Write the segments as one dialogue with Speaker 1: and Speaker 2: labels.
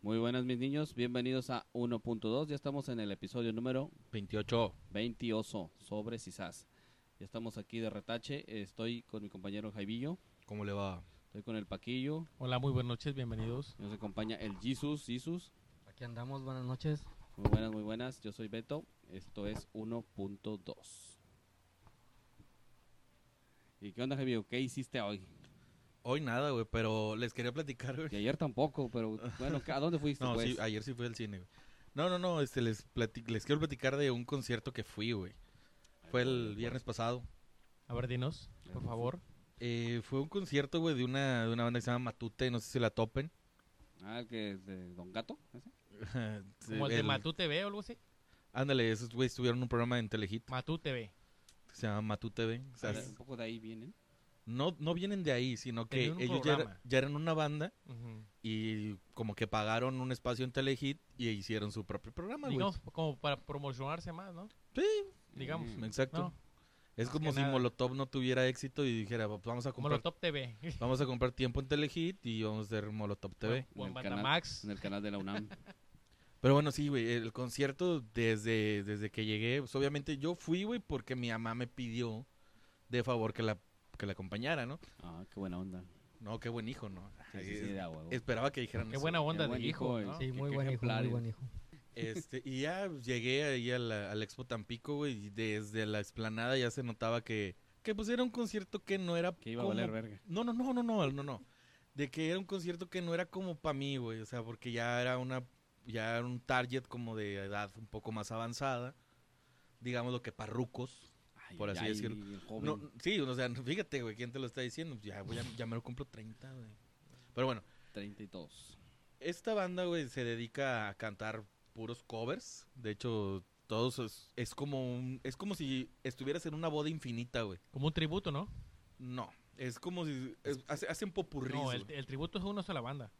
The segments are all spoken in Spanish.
Speaker 1: Muy buenas mis niños, bienvenidos a 1.2. Ya estamos en el episodio número
Speaker 2: 28.
Speaker 1: 20 oso sobre CISAS. Ya estamos aquí de retache. Estoy con mi compañero Jaivillo,
Speaker 2: ¿Cómo le va?
Speaker 1: estoy con el Paquillo,
Speaker 3: Hola, muy buenas noches, bienvenidos.
Speaker 1: nos acompaña el Jesus, Jesus.
Speaker 4: Aquí andamos, buenas noches.
Speaker 1: Muy buenas, muy buenas. Yo soy Beto. Esto es 1.2. ¿Y qué onda, Javier? ¿Qué hiciste hoy?
Speaker 2: Hoy nada, güey, pero les quería platicar,
Speaker 1: Y
Speaker 2: güey.
Speaker 1: ayer tampoco, pero bueno, ¿a dónde fuiste?
Speaker 2: No,
Speaker 1: pues?
Speaker 2: sí, ayer sí fui al cine, güey. No, no, no, este, les, plati- les quiero platicar de un concierto que fui, güey. Fue el viernes pasado.
Speaker 3: A ver, dinos, por favor.
Speaker 2: Eh, fue un concierto, güey, de una, de una banda que se llama Matute, no sé si la topen.
Speaker 1: Ah, el que es de Don Gato. ¿Ese?
Speaker 2: Sí,
Speaker 3: Como el, de
Speaker 2: el-
Speaker 3: Matú TV o algo así.
Speaker 2: Ándale, esos güeyes tuvieron un programa en Telehit
Speaker 3: Matú TV.
Speaker 2: que se llama Matute, güey. O sea,
Speaker 1: Ah, un poco de ahí vienen.
Speaker 2: no, no vienen de ahí, sino que
Speaker 3: Tenían un
Speaker 2: ellos ya, era-
Speaker 3: programa.
Speaker 2: ya eran una banda
Speaker 3: Ujú.
Speaker 2: y como que pagaron un espacio en Telehit y hicieron su propio
Speaker 1: Ah,
Speaker 2: programa, güey.
Speaker 3: Digamos, como para promocionarse más, ¿no?
Speaker 2: Sí,
Speaker 3: Digamos.
Speaker 1: Mm.
Speaker 2: exacto.
Speaker 3: No,
Speaker 2: Es
Speaker 3: Más
Speaker 2: como
Speaker 3: que
Speaker 2: si
Speaker 3: nada.
Speaker 2: Molotov no tuviera éxito y dijera, "Va- pues, vamos a
Speaker 3: como
Speaker 2: comprar,
Speaker 3: lo Top TV.
Speaker 2: vamos a comprar tiempo en Telehit y vamos a hacer Molotov TV.
Speaker 1: En
Speaker 3: O
Speaker 1: el
Speaker 3: en Banda
Speaker 1: canal.
Speaker 3: Max.
Speaker 1: En el canal de la UNAM.
Speaker 2: Pero bueno, sí, güey, el concierto desde, desde que llegué, pues, obviamente yo fui, güey, porque mi mamá me pidió de favor que la, que la acompañara, ¿no?
Speaker 1: Ah, qué buena onda.
Speaker 2: No, qué buen hijo, ¿no?
Speaker 1: Sí,
Speaker 2: Ay,
Speaker 1: sí, sí,
Speaker 2: es-
Speaker 1: de agua, güey.
Speaker 2: Esperaba que dijeran
Speaker 3: Qué
Speaker 2: eso.
Speaker 3: buena
Speaker 1: Qué
Speaker 3: onda de
Speaker 1: buen hijo,
Speaker 3: hijo, ¿no?
Speaker 1: eh.
Speaker 4: Sí,
Speaker 1: qué-
Speaker 4: muy
Speaker 1: qué
Speaker 4: buen hijo, muy
Speaker 1: ejemplares.
Speaker 4: buen hijo.
Speaker 2: Este, y ya llegué ahí a la- al Expo Tampico, güey, y desde la explanada ya se notaba que, que pues era un concierto que no era
Speaker 1: Que iba a
Speaker 2: como
Speaker 1: valer verga.
Speaker 2: No, no, no, no, no, no, no. De que era un concierto que no era como para mí, güey. O sea, porque ya era una, ya era un target como de edad un poco más avanzada. Digamos lo que parrucos.
Speaker 1: Ay,
Speaker 2: Por así
Speaker 1: ay,
Speaker 2: decirlo.
Speaker 1: el joven.
Speaker 2: No, sí, o sea, fíjate, güey, ¿quién te lo está diciendo? Pues Ya, güey, ya, ya me lo cumplo 30, güey. Pero bueno,
Speaker 1: 32.
Speaker 2: esta banda, güey, se dedica a cantar puros covers. De hecho, todos es, es como un, es como si estuvieras en una boda infinita, güey.
Speaker 3: Como un tributo, ¿no?
Speaker 2: No, es como si es- hace- hacen popurrí.
Speaker 3: No, el, el tributo es una sola banda.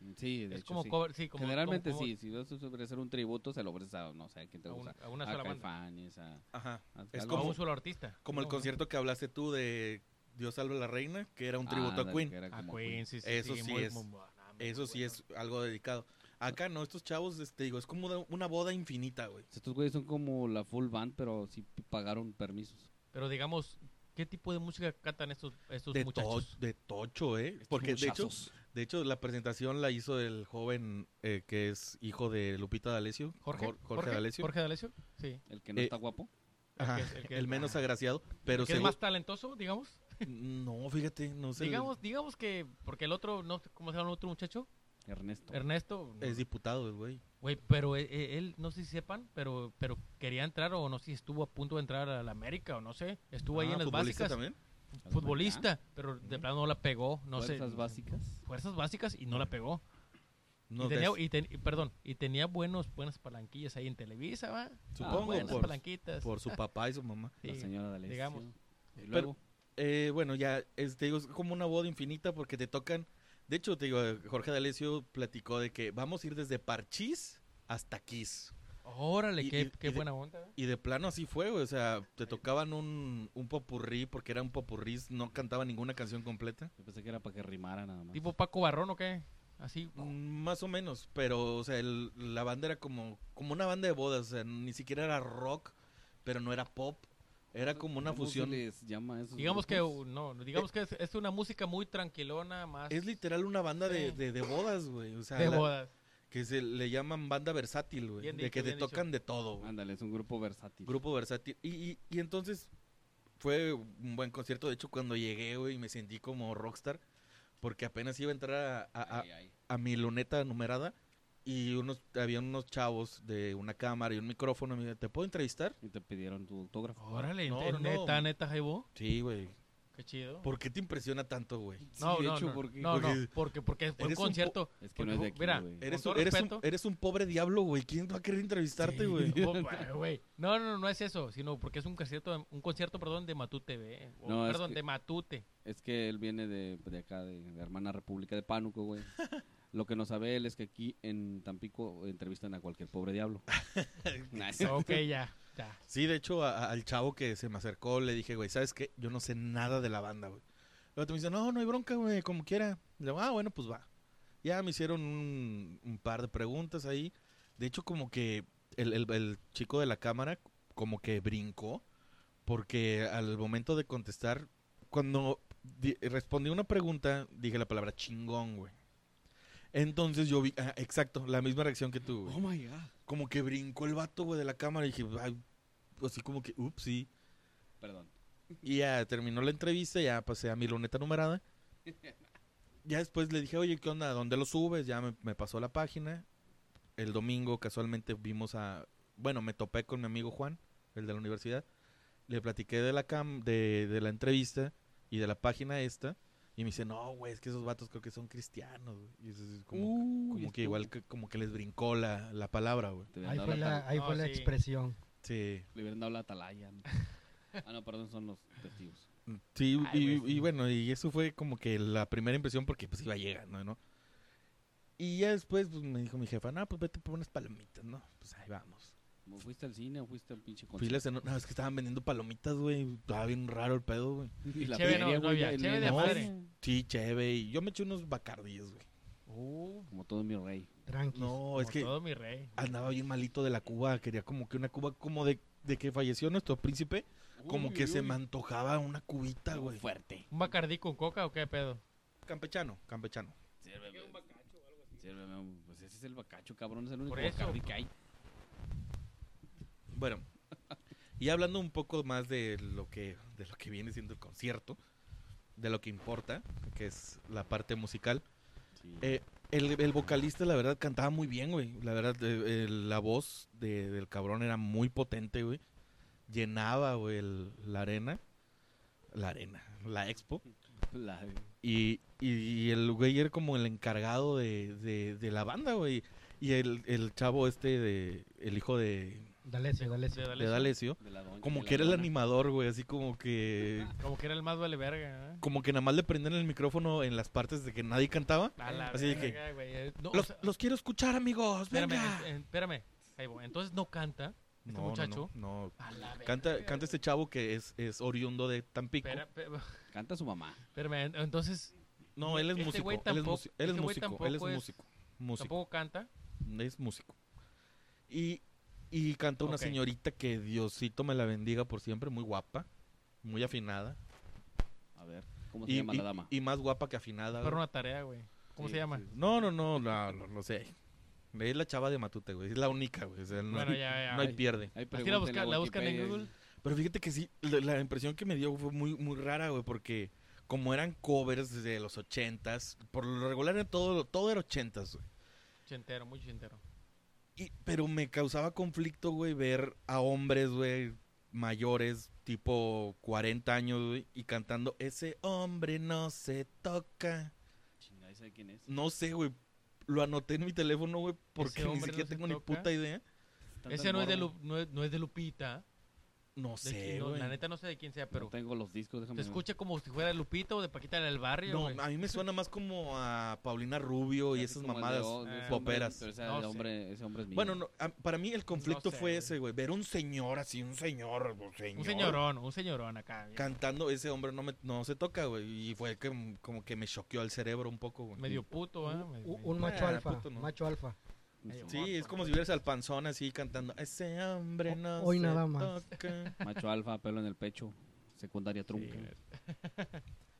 Speaker 1: Mm, Sí, de
Speaker 3: es
Speaker 1: hecho,
Speaker 3: como
Speaker 1: sí.
Speaker 3: cover, sí, como
Speaker 1: Generalmente
Speaker 3: como-
Speaker 1: sí, si vas a ofrecer un tributo, se lo ofreces a, no sé, a quién te
Speaker 3: A
Speaker 1: gusta.
Speaker 3: una, a una sola
Speaker 1: a
Speaker 3: banda.
Speaker 1: Caifanes, a-
Speaker 2: Ajá.
Speaker 1: a-
Speaker 2: Es
Speaker 1: a-
Speaker 3: Como
Speaker 2: como-
Speaker 3: un solo artista.
Speaker 2: Como el
Speaker 3: No,
Speaker 2: concierto que hablaste tú de Dios salve a la reina, que era un
Speaker 1: Ah,
Speaker 2: tributo a
Speaker 1: ándale, que
Speaker 2: Queen.
Speaker 1: era
Speaker 3: A
Speaker 1: como
Speaker 3: Queen, sí, sí.
Speaker 2: Eso sí
Speaker 3: muy-
Speaker 2: es-
Speaker 3: muy- ah, muy
Speaker 2: Eso sí
Speaker 3: bueno.
Speaker 2: es algo dedicado. Acá no, estos chavos, este, digo, es como una- una boda infinita, güey.
Speaker 1: Estos güeyes son como la full band, pero sí p- pagaron permisos.
Speaker 3: Pero digamos, ¿qué tipo de música cantan estos, estos
Speaker 2: De, to-
Speaker 3: muchachos?
Speaker 2: de tocho, ¿eh? Porque de hecho,
Speaker 1: Muchachos.
Speaker 2: de hecho, la presentación la hizo el joven eh, que es hijo de Lupita D'Alessio.
Speaker 3: Jorge,
Speaker 2: Jor- Jorge D'Alessio.
Speaker 3: Jorge D'Alessio, sí.
Speaker 1: El que no
Speaker 2: Eh,
Speaker 1: está guapo.
Speaker 2: Ajá,
Speaker 3: que
Speaker 2: El,
Speaker 3: es- el que es-
Speaker 2: menos agraciado. Pero
Speaker 3: que es
Speaker 2: según-
Speaker 3: más talentoso, digamos.
Speaker 2: No, fíjate, no sé.
Speaker 3: Digamos, digamos que, porque el otro, no, sé ¿cómo se llama el otro muchacho?
Speaker 1: Ernesto.
Speaker 3: Ernesto.
Speaker 2: Es diputado, el güey.
Speaker 3: Güey, pero e- e- él, no sé si sepan, pero, pero quería entrar o no sé si estuvo a punto de entrar a la América o no sé. Estuvo ahí
Speaker 2: Ah,
Speaker 3: en las
Speaker 2: futbolista
Speaker 3: básicas.
Speaker 2: también? Ah.
Speaker 3: Futbolista, pero de plano no la pegó, no sé.
Speaker 1: ¿ah? Fuerzas básicas.
Speaker 3: Fuerzas básicas y no la pegó.
Speaker 2: No,
Speaker 3: y tenía,
Speaker 2: des-
Speaker 3: y ten- y, perdón, y tenía buenos, buenas palanquillas ahí en Televisa, ¿va?
Speaker 2: Supongo,
Speaker 3: buenas
Speaker 2: por-
Speaker 3: ah, palanquitas.
Speaker 2: por su papá y su mamá.
Speaker 3: Sí.
Speaker 1: La señora D'Alessio.
Speaker 3: digamos.
Speaker 1: Y luego,
Speaker 2: Eh, bueno, ya, es, te digo, es como una boda infinita porque te tocan. De hecho, te digo, eh, Jorge D'Alessio platicó de que vamos a ir desde Parchís hasta Kiss.
Speaker 3: Órale,
Speaker 2: y-
Speaker 3: qué,
Speaker 2: y-
Speaker 3: qué
Speaker 2: y de-
Speaker 3: buena onda. ¿va?
Speaker 2: Y de plano así fue, güey, O sea, te tocaban un, un popurrí porque era un popurrí, no cantaba ninguna canción completa.
Speaker 1: yo pensé que era para que rimara nada más.
Speaker 3: ¿Tipo Paco Barrón o qué? Así.
Speaker 2: Mm, Más o menos, pero, o sea, el- la banda era como, como una banda de bodas. O sea, ni siquiera era rock, pero no era pop. Era como una
Speaker 1: ¿Cómo se
Speaker 2: fusión.
Speaker 1: les llama a esos
Speaker 3: Digamos que
Speaker 1: grupos?
Speaker 3: uh, no, digamos que es, es una música muy tranquilona, más
Speaker 2: Es literal una banda de,
Speaker 3: Sí.
Speaker 2: de, de bodas, güey. O sea,
Speaker 3: de
Speaker 2: la-
Speaker 3: bodas.
Speaker 2: Que se le llaman banda versátil, güey.
Speaker 3: Bien
Speaker 2: De
Speaker 3: dicho,
Speaker 2: que te
Speaker 3: bien dicho.
Speaker 2: tocan de todo, güey.
Speaker 1: Ándale, es un grupo versátil.
Speaker 2: Grupo versátil. Y, y, y entonces fue un buen concierto. De hecho, cuando llegué, güey, me sentí como rockstar. Porque apenas iba a entrar a, a- a-
Speaker 1: Ay, ay.
Speaker 2: a mi luneta numerada. Y unos, había unos chavos de una cámara y un micrófono. Me dijo, ¿te puedo entrevistar?
Speaker 1: Y te pidieron tu autógrafo.
Speaker 3: Órale,
Speaker 2: No,
Speaker 3: te-
Speaker 2: no, no.
Speaker 3: neta, neta, Jaibo.
Speaker 2: Sí, güey.
Speaker 3: Qué chido.
Speaker 2: ¿Por qué te impresiona tanto, güey?
Speaker 3: no,
Speaker 1: Sí, de
Speaker 3: no,
Speaker 1: hecho,
Speaker 3: no,
Speaker 1: porque-
Speaker 3: no, no,
Speaker 2: porque-
Speaker 3: porque, porque fue un
Speaker 2: Eres un
Speaker 3: concierto.
Speaker 1: Es que
Speaker 3: porque
Speaker 1: no es de
Speaker 3: fue-
Speaker 1: aquí,
Speaker 3: mira,
Speaker 1: güey.
Speaker 2: Eres,
Speaker 3: todo
Speaker 2: un- eres un,
Speaker 3: respeto.
Speaker 2: eres un pobre diablo, güey. ¿Quién va a querer entrevistarte, güey?
Speaker 3: Oh, bah, güey. No, no, no es eso, sino porque es un concierto, un concierto, perdón, de Matute, ve, o,
Speaker 1: No, es
Speaker 3: perdón,
Speaker 1: que-
Speaker 3: de Matute.
Speaker 1: Es que él viene de, de acá, de, de Hermana República de Pánuco, güey. Lo que no sabe él es que aquí en Tampico entrevistan a cualquier pobre diablo. Nah, es-
Speaker 3: ok, ya, ya.
Speaker 2: Sí, de hecho, a- a- al chavo que se me acercó le dije, güey, ¿sabes qué? Yo no sé nada de la banda, güey. Luego me dice, no, no hay bronca, güey, como quiera. Le digo, ah, bueno, pues va. Y Ya me hicieron un, un par de preguntas ahí. De hecho, como que el, el- el chico de la cámara como que brincó porque al momento de contestar, cuando di- respondí una pregunta, dije la palabra chingón, güey. Entonces yo vi, ah, exacto, la misma reacción que tú, güey.
Speaker 1: Oh my god.
Speaker 2: Como que brincó el vato, güey, de la cámara y dije, ay, así como que, ups, sí.
Speaker 1: Perdón.
Speaker 2: Y ya terminó la entrevista, ya pasé a mi luneta numerada. Ya después le dije, oye, ¿qué onda? ¿Dónde lo subes? Ya me, me pasó la página. El domingo casualmente vimos a... Bueno, me topé con mi amigo Juan, el de la universidad. Le platiqué de la, cam, de, de la entrevista y de la página esta. Y me dice, no, güey, es que esos vatos creo que son cristianos. güey". Y eso es como,
Speaker 1: Uy,
Speaker 2: como
Speaker 1: esto-
Speaker 2: que igual que, como que les brincó la, la palabra, güey.
Speaker 1: Te hubieran
Speaker 4: Ahí
Speaker 1: dado
Speaker 4: fue la,
Speaker 1: ta-
Speaker 3: ahí
Speaker 4: ahí
Speaker 3: No, fue
Speaker 4: fue
Speaker 3: la
Speaker 4: la
Speaker 3: sí.
Speaker 4: expresión.
Speaker 2: Sí.
Speaker 1: Le hubieran dado la atalaya. ¿no? Ah, no, perdón, son los testigos.
Speaker 2: Sí,
Speaker 3: Ay,
Speaker 2: y,
Speaker 3: güey,
Speaker 2: y
Speaker 3: sí.
Speaker 2: bueno, y eso fue como que la primera impresión porque pues iba llegando, ¿no? Y ya después pues, me dijo mi jefa, no, pues vete por unas palomitas, ¿no? Pues ahí vamos.
Speaker 1: ¿No ¿Fuiste al cine o fuiste al pinche
Speaker 3: Pues
Speaker 2: Fui a la cena- no, es que estaban vendiendo palomitas, güey, estaba bien raro el pedo, güey.
Speaker 1: Y la
Speaker 3: Cheve no-
Speaker 1: feria,
Speaker 3: no
Speaker 1: güey,
Speaker 3: había,
Speaker 1: en-
Speaker 3: cheve
Speaker 1: en
Speaker 3: de
Speaker 1: la
Speaker 2: madre.
Speaker 1: feria.
Speaker 2: Sí, chévere, y yo me eché unos bacardíes, güey.
Speaker 1: Como todo mi rey.
Speaker 4: Tranqui.
Speaker 2: No, es que
Speaker 3: Uh, Pues, todo mi rey.
Speaker 2: andaba bien malito de la Cuba, quería como que una Cuba como de, de que falleció nuestro príncipe, como
Speaker 1: Uy,
Speaker 2: que se
Speaker 1: uy,
Speaker 2: me antojaba una cubita,
Speaker 1: algo
Speaker 2: güey.
Speaker 1: Fuerte.
Speaker 3: ¿Un bacardí con coca o qué pedo?
Speaker 2: Campechano, campechano.
Speaker 1: Sírveme. un bacacho o algo así. Sírveme un- Pues ese es el bacacho, cabrón. Es el único
Speaker 3: Por eso.
Speaker 1: bacardi que hay.
Speaker 2: Bueno, y hablando un poco más de lo que de lo que viene siendo el concierto, de lo que importa, que es la parte musical.
Speaker 1: Sí.
Speaker 2: eh, el, el vocalista, la verdad, cantaba muy bien, güey. La verdad, eh, eh, la voz de- del cabrón era muy potente, güey. Llenaba, güey, el- la arena. La arena, la expo.
Speaker 1: La-
Speaker 2: Y, y, y el güey era como el encargado de, de- de la banda, güey. Y el, el chavo este, de, el hijo de,
Speaker 4: Dalecio,
Speaker 3: De
Speaker 4: Dalecio.
Speaker 2: de
Speaker 3: D'Alessio.
Speaker 2: D'Alessio,
Speaker 1: de la doña,
Speaker 2: como
Speaker 1: de la
Speaker 2: que era el
Speaker 1: dona.
Speaker 2: animador, güey, así como que...
Speaker 3: Como que era el más vale verga. ¿eh?
Speaker 2: Como que nada más le prenden el micrófono en las partes de que nadie cantaba.
Speaker 3: A la
Speaker 2: Eh, Así de que,
Speaker 3: verga, güey. eh, no, o
Speaker 2: Los,
Speaker 3: sea,
Speaker 2: los quiero escuchar, amigos,
Speaker 3: espérame,
Speaker 2: venga.
Speaker 3: en- en- espérame. Ahí voy. Entonces no canta. este
Speaker 2: No, no,
Speaker 3: muchacho.
Speaker 2: No, no.
Speaker 3: A la
Speaker 2: Canta,
Speaker 3: verga,
Speaker 2: canta este chavo que es, es oriundo de Tampico.
Speaker 3: Espera, pe-
Speaker 1: Canta su mamá.
Speaker 3: espérame, en- entonces
Speaker 2: No, él es
Speaker 3: Este
Speaker 2: músico.
Speaker 3: güey
Speaker 2: él es,
Speaker 3: tampoco-
Speaker 2: musi- él es
Speaker 3: este güey
Speaker 2: músico. Él es
Speaker 3: tampoco es-
Speaker 2: músico. Músico.
Speaker 3: tampoco canta.
Speaker 2: Es músico. Y, y canta una
Speaker 3: Ok.
Speaker 2: señorita que Diosito me la bendiga por siempre, muy guapa, muy afinada.
Speaker 1: A ver, ¿cómo se
Speaker 2: Y,
Speaker 1: llama
Speaker 2: y-
Speaker 1: la dama?
Speaker 2: y más guapa que afinada.
Speaker 3: Para
Speaker 2: güey.
Speaker 3: una tarea, güey. ¿Cómo
Speaker 1: Sí,
Speaker 3: se llama?
Speaker 1: sí, sí.
Speaker 2: No, no, no, no, no, no sé. Es la chava de Matute, güey. Es la única, güey. O sea, no,
Speaker 3: Bueno,
Speaker 2: hay-
Speaker 3: ya, ya.
Speaker 2: no hay pierde.
Speaker 1: Ahí
Speaker 3: Así la, busca-
Speaker 1: pregúntenle a
Speaker 3: la buscan en
Speaker 1: Wikipedia.
Speaker 3: Google.
Speaker 2: Pero fíjate que sí, la, la impresión que me dio fue muy, muy rara, güey, porque como eran covers de los ochentas, por lo regular era todo, todo era ochentas, güey.
Speaker 3: Chentero, muy chentero.
Speaker 2: Y, pero me causaba conflicto, güey, ver a hombres, güey, mayores, tipo 40 años, güey, y cantando, ese hombre no se toca.
Speaker 1: Chinga, ¿esa de quién es?
Speaker 2: No sé, güey, lo anoté en mi teléfono, güey, porque ni
Speaker 3: hombre no
Speaker 2: siquiera
Speaker 3: se
Speaker 2: tengo ni
Speaker 3: toca.
Speaker 2: puta idea.
Speaker 1: Está
Speaker 3: Ese
Speaker 1: tan
Speaker 3: no es, de
Speaker 1: morro.
Speaker 3: Lu- no, es, no es de Lupita.
Speaker 2: No
Speaker 3: De
Speaker 2: sé,
Speaker 3: quién- no,
Speaker 2: güey.
Speaker 3: la neta no sé de quién sea, pero
Speaker 1: No tengo los discos, déjame.
Speaker 3: se
Speaker 1: ver.
Speaker 3: escucha como si fuera de Lupita o de Paquita del Barrio.
Speaker 2: No, ah,
Speaker 3: güey.
Speaker 2: a mí me suena más como a Paulina Rubio
Speaker 1: Así
Speaker 2: y esas
Speaker 1: como el de
Speaker 2: mamadas
Speaker 1: O- de ese
Speaker 3: eh,
Speaker 1: hombre-
Speaker 2: poperas.
Speaker 1: pero ese,
Speaker 3: No sé.
Speaker 1: hombre, ese hombre es mío.
Speaker 2: Bueno, no, a- para mí el conflicto
Speaker 3: sé,
Speaker 2: fue
Speaker 3: güey.
Speaker 2: ese, güey. Ver un señor así, un señor, un señor.
Speaker 3: Un señorón, un señorón acá. bien.
Speaker 2: Cantando, ese hombre no, me, no se toca, güey. Y fue que, m- como que me choqueó el cerebro un poco, güey.
Speaker 3: Medio puto, ¿eh? Me-
Speaker 4: Un,
Speaker 3: me-
Speaker 4: un macho
Speaker 2: Ah,
Speaker 4: alfa,
Speaker 2: puto, no.
Speaker 4: macho alfa.
Speaker 2: Sí, es como si vieras al panzón así cantando. Ese hombre
Speaker 4: O-
Speaker 2: no
Speaker 4: hoy
Speaker 2: se
Speaker 4: nada más.
Speaker 2: toca".
Speaker 1: Macho alfa, pelo en el pecho, secundaria trunca.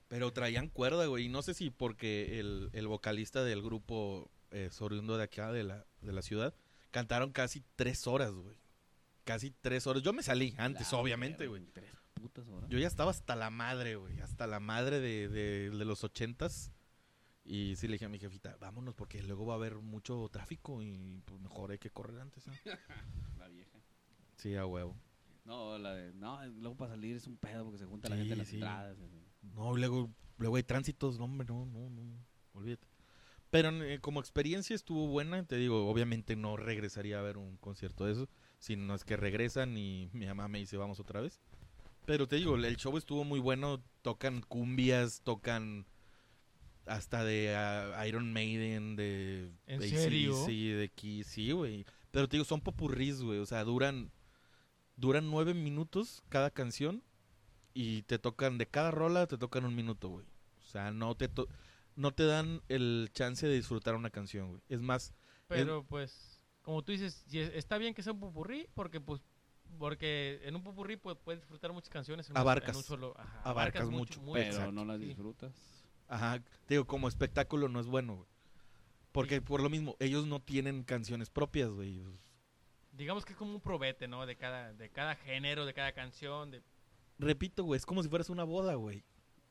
Speaker 2: Pero traían cuerda, güey. Y no sé si porque el, el vocalista del grupo eh, es oriundo de acá, de la, de la ciudad, cantaron casi tres horas, güey. Casi tres horas. Yo me salí antes,
Speaker 1: La
Speaker 2: obviamente,
Speaker 1: verga,
Speaker 2: güey.
Speaker 1: Tres putas horas.
Speaker 2: Yo ya estaba hasta la madre, güey. Hasta la madre de, de- de los ochentas. Y sí le dije a mi jefita, vámonos porque luego va a haber mucho tráfico y pues, mejor hay que correr antes. ¿no?".
Speaker 1: La vieja.
Speaker 2: Sí, a huevo.
Speaker 1: No, la de, no, luego para salir es un pedo porque se junta la
Speaker 2: Sí,
Speaker 1: gente en las
Speaker 2: sí.
Speaker 1: entradas. así.
Speaker 2: No, y luego, luego hay tránsitos. No, hombre, no, no, no. Olvídate. Pero eh, como experiencia estuvo buena. Te digo, obviamente no regresaría a ver un concierto de eso. Si no es que regresan y mi mamá me dice, vamos otra vez. Pero te digo, el show estuvo muy bueno. Tocan cumbias, tocan hasta de ah, Iron Maiden, de
Speaker 3: ¿En
Speaker 2: AC/DC,
Speaker 3: serio?
Speaker 2: de Kiss, sí, güey. Pero te digo, son popurrís, güey. O sea, duran, duran nueve minutos cada canción y te tocan, de cada rola te tocan un minuto, güey. O sea, no te... to- no te dan el chance de disfrutar una canción, güey. Es más,
Speaker 3: Pero pues, como tú dices, y es- está bien que sea un pupurrí, porque pues, porque en un pupurrí pues, puedes disfrutar muchas canciones en, un-
Speaker 2: Abarcas.
Speaker 3: en un solo. ajá,
Speaker 2: Abarcas mucho,
Speaker 1: Pero
Speaker 2: Exacto.
Speaker 1: no las
Speaker 3: sí.
Speaker 1: disfrutas.
Speaker 2: ajá, te digo, como espectáculo no es bueno, güey. Porque
Speaker 3: Sí.
Speaker 2: por lo mismo, ellos no tienen canciones propias, güey.
Speaker 3: Digamos que es como un probete, ¿no? De cada, de cada género, de cada canción. De...
Speaker 2: Repito, güey, es como si fueras una boda, güey.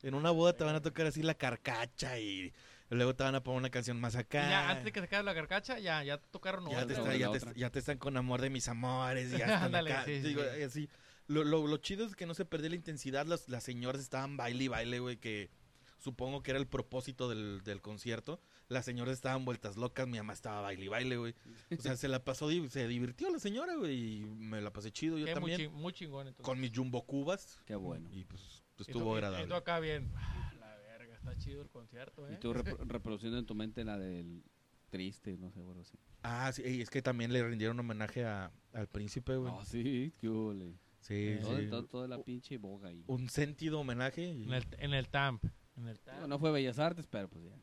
Speaker 2: En una boda te van a tocar así la carcacha y luego te van a poner una canción más
Speaker 3: Y
Speaker 2: acá.
Speaker 3: ya, antes de que se caiga la carcacha, ya, ya tocaron
Speaker 2: ya,
Speaker 1: está-
Speaker 2: te
Speaker 3: otra,
Speaker 2: están,
Speaker 3: güey.
Speaker 2: ya,
Speaker 1: la
Speaker 2: te,
Speaker 1: otra.
Speaker 2: ya te están con amor de mis amores. Y ya están
Speaker 3: Ándale,
Speaker 2: acá.
Speaker 3: sí, sí,
Speaker 2: Digo,
Speaker 3: sí.
Speaker 2: así. Lo, lo- lo chido es que no se perdió la intensidad. Las, las señoras estaban baile y baile, güey, que supongo que era el propósito del, del concierto. Las señoras estaban vueltas locas. Mi mamá estaba baile y baile, güey. O sea, se la pasó, di- se divirtió la señora, güey. Y me la pasé chido yo
Speaker 3: Que es muy,
Speaker 2: también.
Speaker 3: chi- muy chingón entonces.
Speaker 2: Con mis jumbo cubas.
Speaker 1: Qué bueno.
Speaker 2: Y pues
Speaker 3: Y
Speaker 2: estuvo
Speaker 3: tú- y- Y tú
Speaker 2: agradable.
Speaker 3: acá bien. "Ah, La verga, está chido el concierto, ¿eh?
Speaker 1: Y tú repro- reproduciendo en tu mente la del triste, no sé, bueno, así.
Speaker 2: Ah, sí, ey, es que también le rindieron homenaje a- al príncipe, güey.
Speaker 1: Ah, sí, qué ole.
Speaker 2: Sí,
Speaker 1: Todo-
Speaker 2: sí.
Speaker 1: todo- toda la pinche boga ahí.
Speaker 2: Un sentido homenaje. y-
Speaker 3: En el, en el TAMP. En el TAMP.
Speaker 1: No, no fue Bellas Artes, pero pues ya.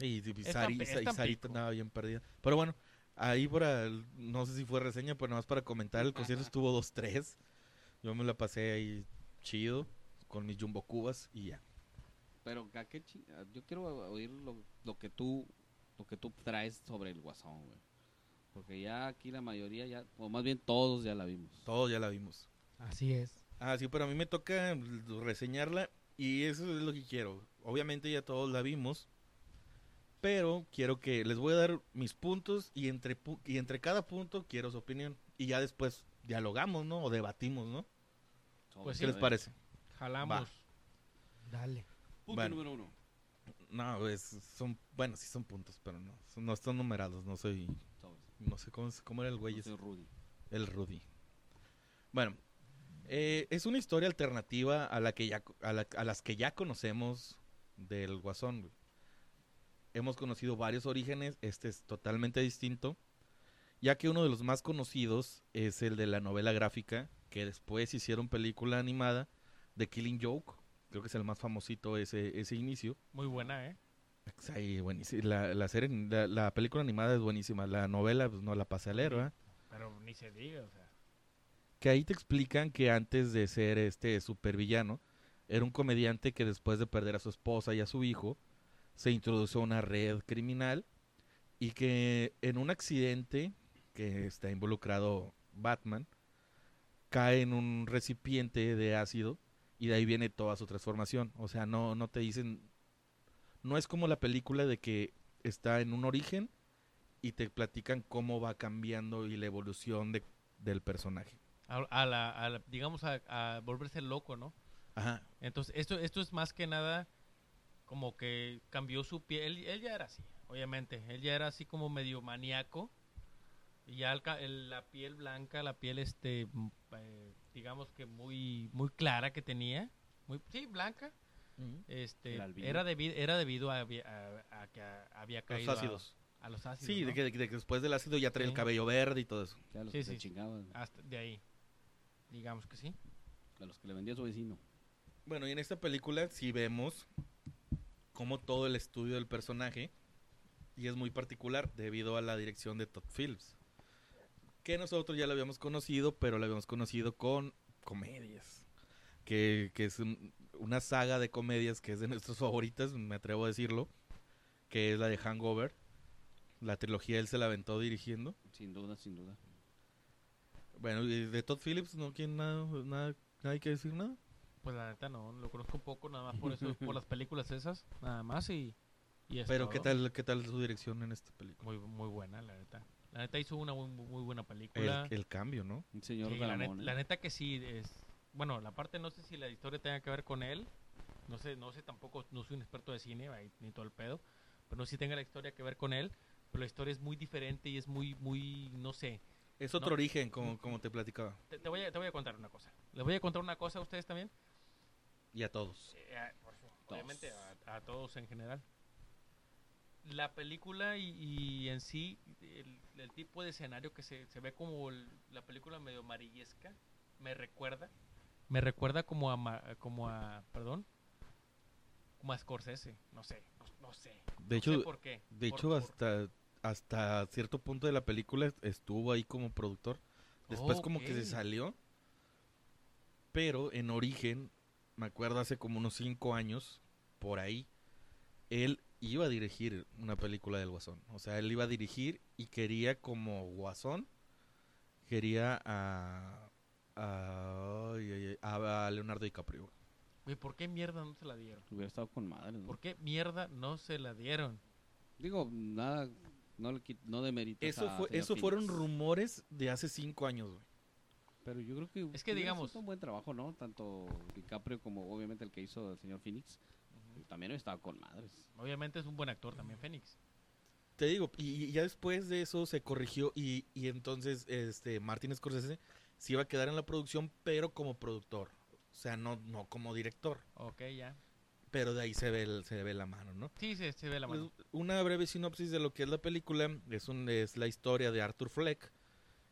Speaker 2: Y, y
Speaker 3: Es
Speaker 2: Sari-
Speaker 3: Tampe- es
Speaker 2: Sa- y Sarita
Speaker 3: Tampico.
Speaker 2: andaba bien perdida. Pero bueno, ahí para, no sé si fue reseña, pero nada más para comentar, el concierto estuvo 2-3. Yo me la pasé ahí chido, con mis jumbo cubas y ya.
Speaker 1: Pero ¿a qué chi- a- yo quiero oír lo, lo que tú lo que tú traes sobre el Guasón, güey. Porque ya aquí la mayoría ya, o más bien todos ya la vimos.
Speaker 2: Todo ya la vimos.
Speaker 4: Así es.
Speaker 2: Ah, sí, pero a mí me toca reseñarla y eso es lo que quiero. Obviamente ya todos la vimos, pero quiero que les voy a dar mis puntos y entre, pu- y entre cada punto quiero su opinión. Y ya después dialogamos, ¿no? O debatimos, ¿no?
Speaker 1: Sobre-
Speaker 3: Pues
Speaker 2: ¿Qué les parece?
Speaker 3: Jalamos.
Speaker 4: Dale.
Speaker 1: Punto
Speaker 2: Bueno.
Speaker 1: número uno.
Speaker 2: No, es, son, bueno, sí son puntos, pero no, son- no están numerados, no soy,
Speaker 1: Sobre.
Speaker 2: no sé cómo, es- cómo era el güey,
Speaker 1: Yo
Speaker 2: ese,
Speaker 1: soy Rudy.
Speaker 2: el Rudy. Bueno, eh, es una historia alternativa a, la que ya, co- a, la- a las que ya conocemos del Guasón, güey. Hemos conocido varios orígenes, este es totalmente distinto, ya que uno de los más conocidos es el de la novela gráfica, que después hicieron película animada, The Killing Joke, creo que es el más famosito ese, ese inicio.
Speaker 3: Muy buena, ¿eh?
Speaker 2: Sí, buenísimo. La, la serie, la, la película animada es buenísima. La novela, pues no la pasé a leer, ¿verdad?
Speaker 3: Pero ni se diga, o sea.
Speaker 2: Que ahí te explican que antes de ser este supervillano, era un comediante que después de perder a su esposa y a su hijo, se introdujo a una red criminal y que en un accidente que está involucrado Batman, cae en un recipiente de ácido y de ahí viene toda su transformación. O sea, no, no te dicen, no es como la película de que está en un origen y te platican cómo va cambiando y la evolución de- del personaje.
Speaker 3: A, a la, a la- digamos, a, a volverse loco, ¿no?
Speaker 2: Ajá,
Speaker 3: Entonces, esto, esto es más que nada como que cambió su piel. Él, él ya era así, obviamente. Él ya era así como medio maníaco. Y ya el ca- el- la piel blanca, la piel, este, m- eh, digamos que muy, muy clara que tenía. Muy, sí, blanca. Este,
Speaker 1: El albino.
Speaker 3: era, debi- era debido a, habi- a- a que a- había
Speaker 2: los
Speaker 3: caído a-
Speaker 2: ácidos.
Speaker 3: A, los ácidos.
Speaker 2: Sí, de
Speaker 3: ¿no?
Speaker 2: que, de que después del ácido ya trae el
Speaker 3: Sí.
Speaker 2: cabello verde y todo eso.
Speaker 1: O sea, a los
Speaker 3: Sí,
Speaker 1: que se
Speaker 3: sí.
Speaker 1: chingaban,
Speaker 3: Hasta de ahí. Digamos que sí.
Speaker 1: a los que le vendía a su vecino.
Speaker 2: Bueno, y en esta película sí vemos como todo el estudio del personaje y es muy particular debido a la dirección de Todd Phillips, que nosotros ya lo habíamos conocido, pero lo habíamos conocido con comedias, que, que es un- una saga de comedias que es de nuestros favoritas, me atrevo a decirlo, que es la de Hangover, la trilogía él se la aventó dirigiendo.
Speaker 1: Sin duda, sin duda.
Speaker 2: Bueno, y de Todd Phillips no quieren nada, nada, nadie quiere decir nada.
Speaker 3: Pues la neta no, lo conozco un poco nada más por eso, por las películas esas, nada más y, y es
Speaker 2: Pero ¿qué
Speaker 3: todo.
Speaker 2: tal, qué tal su dirección en esta película?
Speaker 3: Muy, muy buena, la neta. La neta hizo una muy, muy buena película.
Speaker 2: El, el cambio, ¿no?
Speaker 1: Un señor
Speaker 3: Sí, la, net-
Speaker 1: Galamón. ¿eh?
Speaker 3: la neta que sí es... Bueno, la parte no sé si la historia tenga que ver con él. No sé, no sé tampoco, no soy un experto de cine ahí, ni todo el pedo. Pero no sé si tenga la historia que ver con él. Pero la historia es muy diferente y es muy, muy, no sé.
Speaker 2: Es otro
Speaker 3: No.
Speaker 2: origen, como, como te platicaba.
Speaker 3: Te, te voy a, te voy a contar una cosa. Les voy a contar una cosa a ustedes también.
Speaker 2: Y a todos.
Speaker 3: Eh, a- obviamente a, a todos en general. La película y, y en sí, el, el tipo de escenario que se, se ve como el- la película medio amarillesca, me recuerda. Me recuerda como a, ma- como a, perdón, como a Scorsese. No sé, no, no sé.
Speaker 2: De
Speaker 3: no sé
Speaker 2: hecho,
Speaker 3: por qué.
Speaker 2: de
Speaker 3: por-
Speaker 2: hecho
Speaker 3: por-
Speaker 2: hasta, hasta cierto punto de la película estuvo ahí como productor. Después como que se
Speaker 3: Ok.
Speaker 2: salió. Pero en origen, me acuerdo hace como unos cinco años, por ahí, él iba a dirigir una película del Guasón. O sea, él iba a dirigir y quería como Guasón, quería a... A, ay, ay, ay, a- a Leonardo DiCaprio.
Speaker 3: Güey, ¿por qué mierda no se la dieron?
Speaker 1: Hubiera estado con madre,
Speaker 2: Mm.
Speaker 1: ¿no?
Speaker 3: ¿Por qué mierda no se la dieron?
Speaker 1: Digo, nada, no, le quit- no demeritas
Speaker 2: Eso,
Speaker 1: a
Speaker 2: fue,
Speaker 1: señor
Speaker 2: eso
Speaker 1: Phoenix.
Speaker 2: fueron rumores de hace cinco años, güey.
Speaker 1: Pero yo creo que.
Speaker 3: Es que
Speaker 1: hubiera
Speaker 3: digamos-
Speaker 1: sido un buen trabajo, ¿no? Tanto DiCaprio como obviamente el que hizo el señor Phoenix. También estaba con madres.
Speaker 3: Obviamente es un buen actor también, Fénix.
Speaker 2: Te digo, y, y ya después de eso se corrigió y, y entonces este Martin Scorsese se iba a quedar en la producción, pero como productor. O sea, no, no como director.
Speaker 3: Ok, ya.
Speaker 2: Pero de ahí se ve, el- se ve la mano, ¿no?
Speaker 3: Sí, se, se ve la mano.
Speaker 2: Pues, una breve sinopsis de lo que es la película. Es, un, es la historia de Arthur Fleck,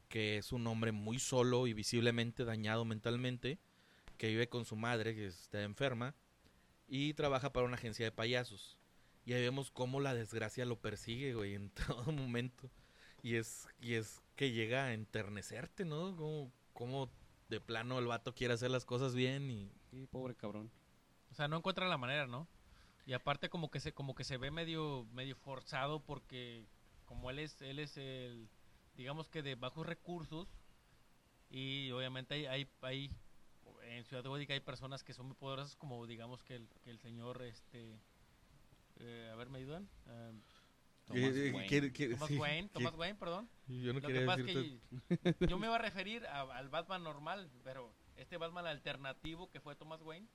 Speaker 2: que es un hombre muy solo y visiblemente dañado mentalmente, que vive con su madre, que está enferma, y trabaja para una agencia de payasos. Y ahí vemos cómo la desgracia lo persigue, güey, en todo momento. Y es, y es que llega a enternecerte, ¿no? Como, como de plano el vato quiere hacer las cosas bien y
Speaker 1: Sí, pobre cabrón.
Speaker 3: O sea, no encuentra la manera, ¿no? Y aparte como que se como que se ve medio medio forzado porque como él es él es el digamos que de bajos recursos y obviamente hay hay, hay- en Ciudad Gótica hay personas que son muy poderosas como digamos que el, que el señor este eh, a ver me ayudan Ah,
Speaker 1: Thomas
Speaker 2: Eh, eh,
Speaker 1: Wayne.
Speaker 2: quiere- quiere-
Speaker 3: Thomas
Speaker 2: sí,
Speaker 3: Wayne
Speaker 2: que-
Speaker 3: Thomas Wayne perdón
Speaker 2: Yo no
Speaker 3: Lo
Speaker 2: quería
Speaker 3: que pasa es
Speaker 2: decirte-
Speaker 3: que yo- yo me iba a referir a- al Batman normal, pero este Batman alternativo que fue Thomas Wayne,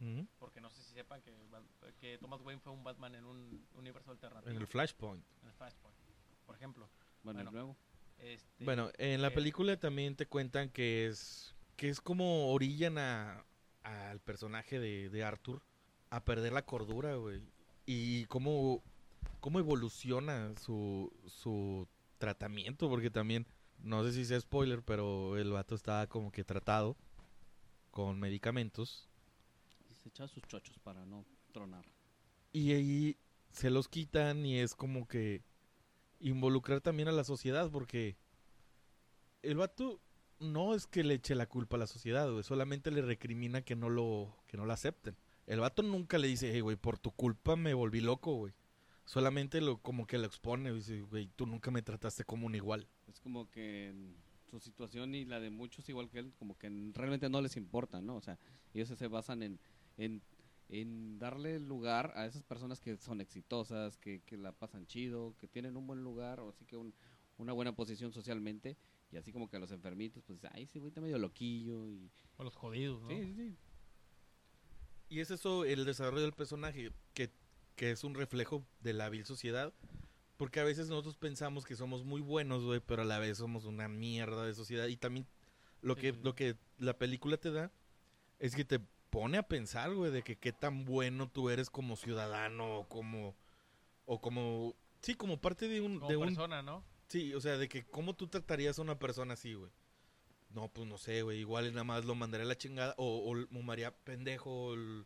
Speaker 2: Ujú.
Speaker 3: porque no sé si sepan que, Bat- que Thomas Wayne fue un Batman en un universo alternativo,
Speaker 2: En el Flashpoint.
Speaker 3: en el Flashpoint, por ejemplo.
Speaker 1: Bueno,
Speaker 3: Bueno.
Speaker 1: luego.
Speaker 3: Este,
Speaker 2: Bueno, en la
Speaker 3: Eh,
Speaker 2: película también te cuentan que es que es como orillan a al personaje de, de Arthur a perder la cordura, güey. Y cómo, cómo evoluciona su, su tratamiento, porque también, no sé si sea spoiler, pero el vato estaba como que tratado con medicamentos.
Speaker 1: Y se echaba sus chochos para no tronar.
Speaker 2: Y ahí se los quitan y es como que involucrar también a la sociedad porque el vato no es que le eche la culpa a la sociedad, güey, solamente le recrimina que no lo que no lo acepten. El vato nunca le dice, hey, güey, por tu culpa me volví loco, güey. Solamente lo como que lo expone, güey, dice, güey, tú nunca me trataste como un igual.
Speaker 1: Es como que en su situación y la de muchos, igual que él, como que en- realmente no les importa, ¿no? O sea, ellos se basan en, en, en darle lugar a esas personas que son exitosas, que, que la pasan chido, que tienen un buen lugar, o así que un- una buena posición socialmente. Y así como que a los enfermitos, pues, ay, ese güey está medio loquillo. Y...
Speaker 3: o los jodidos, ¿no?
Speaker 1: Sí, sí, sí.
Speaker 2: Y es eso el desarrollo del personaje, que, que es un reflejo de la vil sociedad. Porque a veces nosotros pensamos que somos muy buenos, güey, pero a la vez somos una mierda de sociedad. Y también lo
Speaker 3: Sí,
Speaker 2: que,
Speaker 3: sí, sí.
Speaker 2: lo que la película te da es que te pone a pensar, güey, de que qué tan bueno tú eres como ciudadano o como... O como sí, como parte de un...
Speaker 3: Como
Speaker 2: de un
Speaker 3: persona, ¿no?
Speaker 2: sí, o sea, de que cómo tú tratarías a una persona así, güey. No, pues no sé, güey. Igual y nada más lo mandaría a la chingada o, o lo maría pendejo, o l-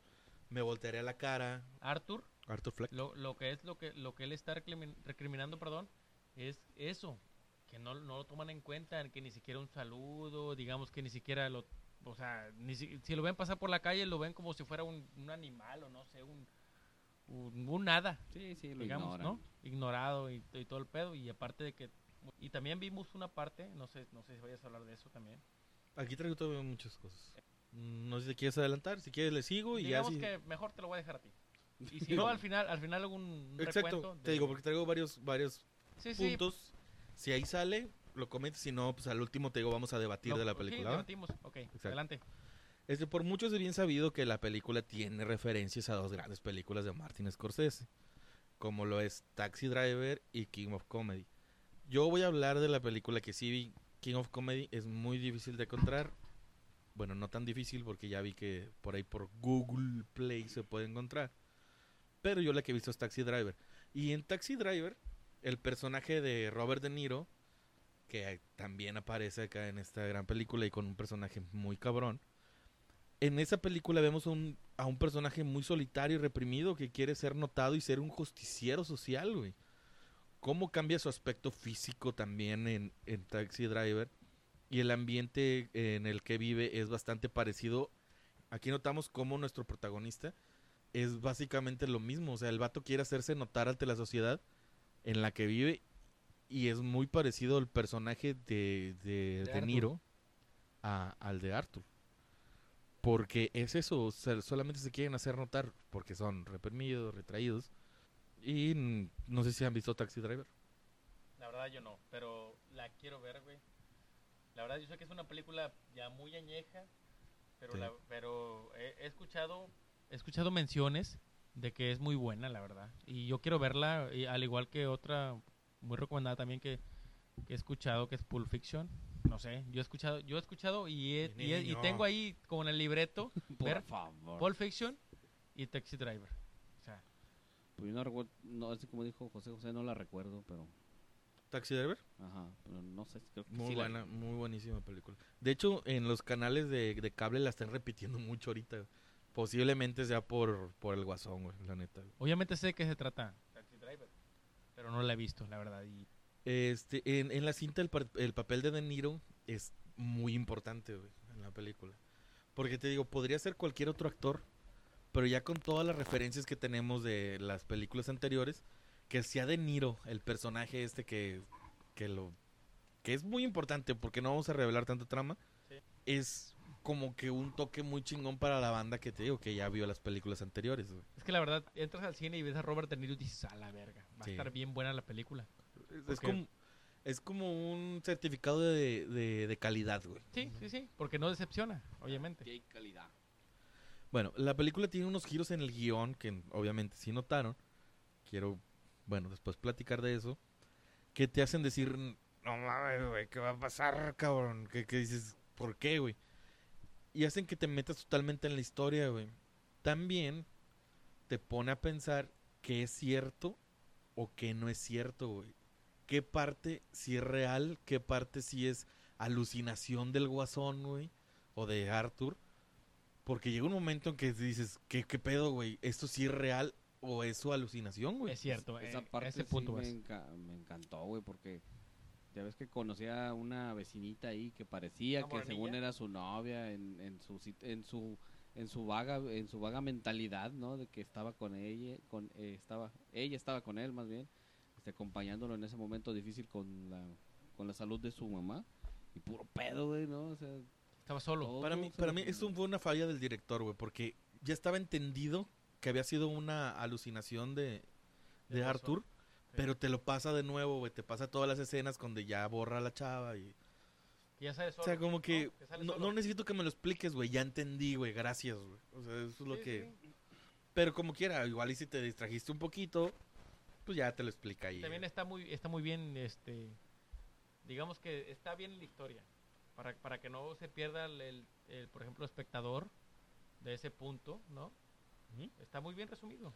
Speaker 2: me voltearía la cara.
Speaker 3: Arthur,
Speaker 2: Arthur Fleck.
Speaker 3: lo, lo que es lo que lo que él está recrimin- recriminando, perdón, es eso, que no, no lo toman en cuenta, que ni siquiera un saludo, digamos que ni siquiera lo o sea, ni si, si lo ven pasar por la calle lo ven como si fuera un, un animal o no sé, un un, un nada,
Speaker 1: Sí, sí, lo
Speaker 3: digamos,
Speaker 1: ignoran.
Speaker 3: ¿no? Ignorado y, y todo el pedo y aparte de que y también vimos una parte, no sé, no sé si vayas a hablar de eso también.
Speaker 2: Aquí traigo todavía muchas cosas. Mm, No sé si te quieres adelantar, si quieres le sigo y
Speaker 3: digamos
Speaker 2: ya sí.
Speaker 3: que mejor te lo voy a dejar a ti. Y si no al final al final algún recuento
Speaker 2: Exacto,
Speaker 3: de-
Speaker 2: te digo, porque traigo varios, varios
Speaker 3: Sí, sí,
Speaker 2: puntos. Si ahí sale, lo comentes, si no, pues al último te digo, vamos a debatir
Speaker 3: lo-
Speaker 2: de la
Speaker 3: sí,
Speaker 2: película. ¿va?
Speaker 3: debatimos. Ok, adelante.
Speaker 2: Este, por muchos es bien sabido que la película tiene referencias a dos grandes películas de Martin Scorsese, como lo es Taxi Driver y King of Comedy. Yo voy a hablar de la película que sí vi. King of Comedy es muy difícil de encontrar. Bueno, no tan difícil porque ya vi que por ahí por Google Play se puede encontrar. Pero yo la que he visto es Taxi Driver. Y en Taxi Driver, el personaje de Robert De Niro, que también aparece acá en esta gran película y con un personaje muy cabrón, en esa película vemos a un, a un personaje muy solitario y reprimido que quiere ser notado y ser un justiciero social, güey. Cómo cambia su aspecto físico también en, en Taxi Driver. Y el ambiente eh, en el que vive es bastante parecido. Aquí notamos cómo nuestro protagonista es básicamente lo mismo. O sea, el vato quiere hacerse notar ante la sociedad en la que vive. Y es muy parecido el personaje de, de, de
Speaker 4: Arthur.
Speaker 2: Niro a- al de Arthur. Porque es eso, o sea, solamente se quieren hacer notar porque son reprimidos, retraídos. Y mm, no sé si han visto Taxi Driver.
Speaker 3: La verdad yo no, pero la quiero ver, güey. La verdad yo sé que es una película ya muy añeja, pero
Speaker 2: Sí.
Speaker 3: la- pero he, he escuchado he escuchado menciones de que es muy buena, la verdad. Y yo quiero verla, y al igual que otra muy recomendada también que, que he escuchado que es Pulp Fiction. No sé, yo he escuchado, yo he escuchado y, he- y he- y
Speaker 2: Niño.
Speaker 3: tengo ahí como en el libreto
Speaker 1: Por
Speaker 3: Ver-
Speaker 1: favor.
Speaker 3: Pulp Fiction y Taxi Driver. O sea,
Speaker 1: Pues yo no recuerdo, no, así como dijo José José, no la recuerdo, pero.
Speaker 2: Taxi Driver.
Speaker 1: Ajá, pero no sé, creo que
Speaker 2: Muy
Speaker 1: sí la
Speaker 2: buena,
Speaker 1: vi.
Speaker 2: muy buenísima película. De hecho, en los canales de, de cable la están repitiendo mucho ahorita. Posiblemente sea por, por el guasón, güey, la neta. güey.
Speaker 3: obviamente sé de qué se trata Taxi Driver, pero no la he visto, la verdad. Y
Speaker 2: Este, en, en la cinta el, par- el papel de De Niro es muy importante, güey, en la película. Porque te digo, podría ser cualquier otro actor, pero ya con todas las referencias que tenemos de las películas anteriores, que sea De Niro el personaje este que, que lo que es muy importante porque no vamos a revelar tanta trama,
Speaker 3: Sí.
Speaker 2: es como que un toque muy chingón para la banda que te digo que ya vio las películas anteriores. güey.
Speaker 3: Es que la verdad, entras al cine y ves a Robert De Niro y dices, a la verga, va
Speaker 2: Sí.
Speaker 3: a estar bien buena la película.
Speaker 2: Es,
Speaker 3: Ok.
Speaker 2: como es como un certificado de, de- de calidad, güey.
Speaker 3: Sí, sí, sí, porque no decepciona, obviamente.
Speaker 1: Qué calidad.
Speaker 2: Bueno, la película tiene unos giros en el guión que obviamente sí notaron. Quiero, bueno, después platicar de eso. Que te hacen decir, no mames, güey, ¿qué va a pasar, cabrón? Que, que dices, ¿por qué, güey? Y hacen que te metas totalmente en la historia, güey. También te pone a pensar qué es cierto o qué no es cierto, güey. ¿Qué parte sí es real? ¿Qué parte sí es alucinación del guasón, güey? O de Arthur. Porque llega un momento en que dices, ¿qué, qué pedo, güey? ¿Esto sí es real o es su alucinación, güey?
Speaker 3: Es cierto, eh,
Speaker 1: Esa parte
Speaker 3: a ese
Speaker 1: sí
Speaker 3: punto
Speaker 1: me,
Speaker 3: vas.
Speaker 1: enca- me encantó, güey, porque ya ves que conocía a una vecinita ahí que parecía
Speaker 3: ¿Una
Speaker 1: que según
Speaker 3: morenilla?
Speaker 1: era su novia en, en su sit- en su en su vaga en su vaga mentalidad, ¿no? De que estaba con ella, con eh, estaba ella estaba con él más bien, este, acompañándolo en ese momento difícil con la con la salud de su mamá y puro pedo, güey, ¿no? O sea,
Speaker 3: Estaba solo.
Speaker 1: todo
Speaker 2: Para mí,
Speaker 1: se
Speaker 2: para
Speaker 1: lo
Speaker 2: mí
Speaker 1: comió.
Speaker 2: eso fue una falla del director, güey, porque ya estaba entendido que había sido una alucinación de, de
Speaker 3: Del guasón.
Speaker 2: Arthur, pero te lo pasa de nuevo, güey, te pasa todas las escenas donde ya borra a la chava y...
Speaker 3: Que ya sale solo.
Speaker 2: O sea, como que
Speaker 3: que sale
Speaker 2: no,
Speaker 3: solo.
Speaker 2: no necesito que me lo expliques, güey, ya entendí, güey, gracias, güey. O sea, eso es lo
Speaker 3: Sí,
Speaker 2: que...
Speaker 3: sí.
Speaker 2: Pero como quiera, igual y si te distrajiste un poquito, pues ya te lo explica ahí.
Speaker 3: También está muy, está muy bien, este, digamos que está bien la historia, para, para que no se pierda, el, el- el, por ejemplo, espectador de ese punto, ¿no?
Speaker 2: Ujú.
Speaker 3: Está muy bien resumido.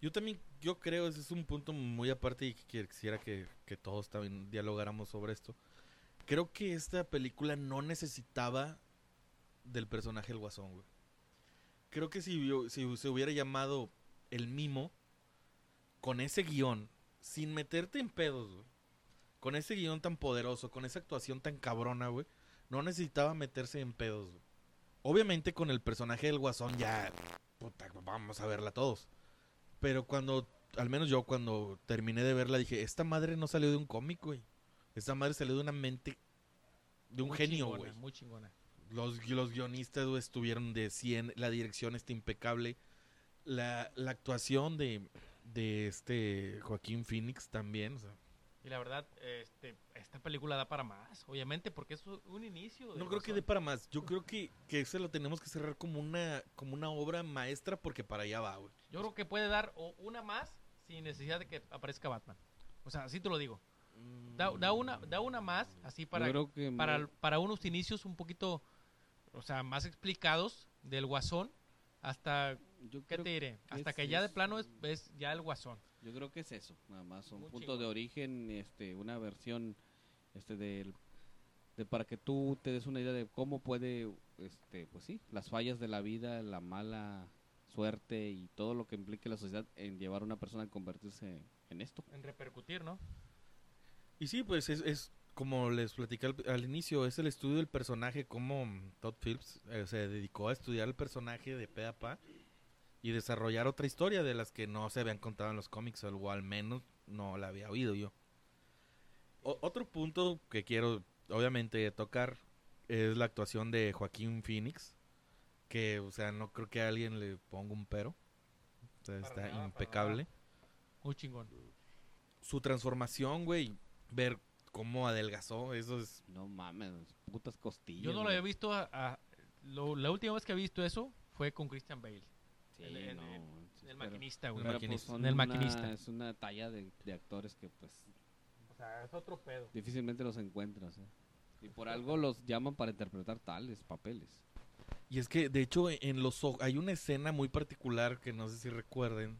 Speaker 2: Yo también, yo creo, ese es un punto muy aparte y que quisiera que, que todos también dialogáramos sobre esto. Creo que esta película no necesitaba del personaje El Guasón, güey. Creo que si, yo- si se hubiera llamado El Mimo, con ese guión, sin meterte en pedos, güey. Con ese guión tan poderoso, con esa actuación tan cabrona, güey. No necesitaba meterse en pedos, güey. Obviamente con el personaje del Guasón ya... Puta, vamos a verla todos. Pero cuando, al menos yo cuando terminé de verla dije, esta madre no salió de un cómic, güey. Esta madre salió de una mente, de un
Speaker 3: Muy
Speaker 2: genio,
Speaker 3: chingona,
Speaker 2: güey.
Speaker 3: Muy chingona.
Speaker 2: Los, gui- los guionistas güey, estuvieron de 100, la dirección está impecable. La, la actuación de, de este Joaquín Phoenix también. o sea,
Speaker 3: Y la verdad, este, esta película da para más, obviamente, porque es u- un inicio. del
Speaker 2: no creo que
Speaker 3: Guasón.
Speaker 2: dé para más. Yo creo que, que se lo tenemos que cerrar como una, como una obra maestra porque para allá va, güey.
Speaker 3: Yo creo que puede dar o- una más sin necesidad de que aparezca Batman. O sea, así te lo digo.
Speaker 1: Mm.
Speaker 3: Da, da una, da una más, así para,
Speaker 1: yo creo que me-
Speaker 3: para, para unos inicios un poquito, o sea, más explicados del guasón hasta,
Speaker 1: yo
Speaker 3: ¿qué
Speaker 1: creo
Speaker 3: te diré?
Speaker 1: que
Speaker 3: Hasta
Speaker 1: es-
Speaker 3: que ya de
Speaker 1: es-
Speaker 3: plano es, es ya el guasón.
Speaker 1: Yo creo que es eso, nada más son
Speaker 3: Muy
Speaker 1: puntos de
Speaker 3: chingón.
Speaker 1: origen, este, una versión, este, del, de para que tú te des una idea de cómo puede este, pues sí, las fallas de la vida, la mala suerte y todo lo que implique la sociedad en llevar a una persona a convertirse en esto.
Speaker 3: En repercutir, ¿no?
Speaker 2: Y sí, pues es, es como les platicé al, al inicio, es el estudio del personaje, como Todd Phillips eh, se dedicó a estudiar el personaje de pe a pa y desarrollar otra historia de las que no se habían contado en los cómics, o al menos no la había oído yo. O- otro punto que quiero, obviamente, tocar es la actuación de Joaquín Phoenix, que, o sea, no creo que a alguien le ponga un pero. O sea,
Speaker 3: Para
Speaker 2: está
Speaker 3: nada, para
Speaker 2: impecable
Speaker 3: Muy chingón.
Speaker 2: su transformación, güey, ver cómo adelgazó, eso es...
Speaker 1: No mames, putas costillas.
Speaker 3: Yo no lo
Speaker 1: güey.
Speaker 3: había visto. a- a- lo- la última vez que había visto eso fue con Christian Bale,
Speaker 1: Sí,
Speaker 3: en- en-
Speaker 1: no,
Speaker 3: en-
Speaker 1: sí,
Speaker 3: el
Speaker 1: pero-
Speaker 3: maquinista,
Speaker 1: pero
Speaker 3: güey.
Speaker 1: pues
Speaker 2: maquinista.
Speaker 1: son
Speaker 3: El
Speaker 1: una-
Speaker 3: maquinista.
Speaker 1: es una talla de, de actores que pues
Speaker 3: O sea, es otro pedo.
Speaker 1: difícilmente los encuentras. ¿eh? Y por algo los llaman para interpretar tales papeles.
Speaker 2: Y es que, de hecho, en los ojos hay una escena muy particular que no sé si recuerden.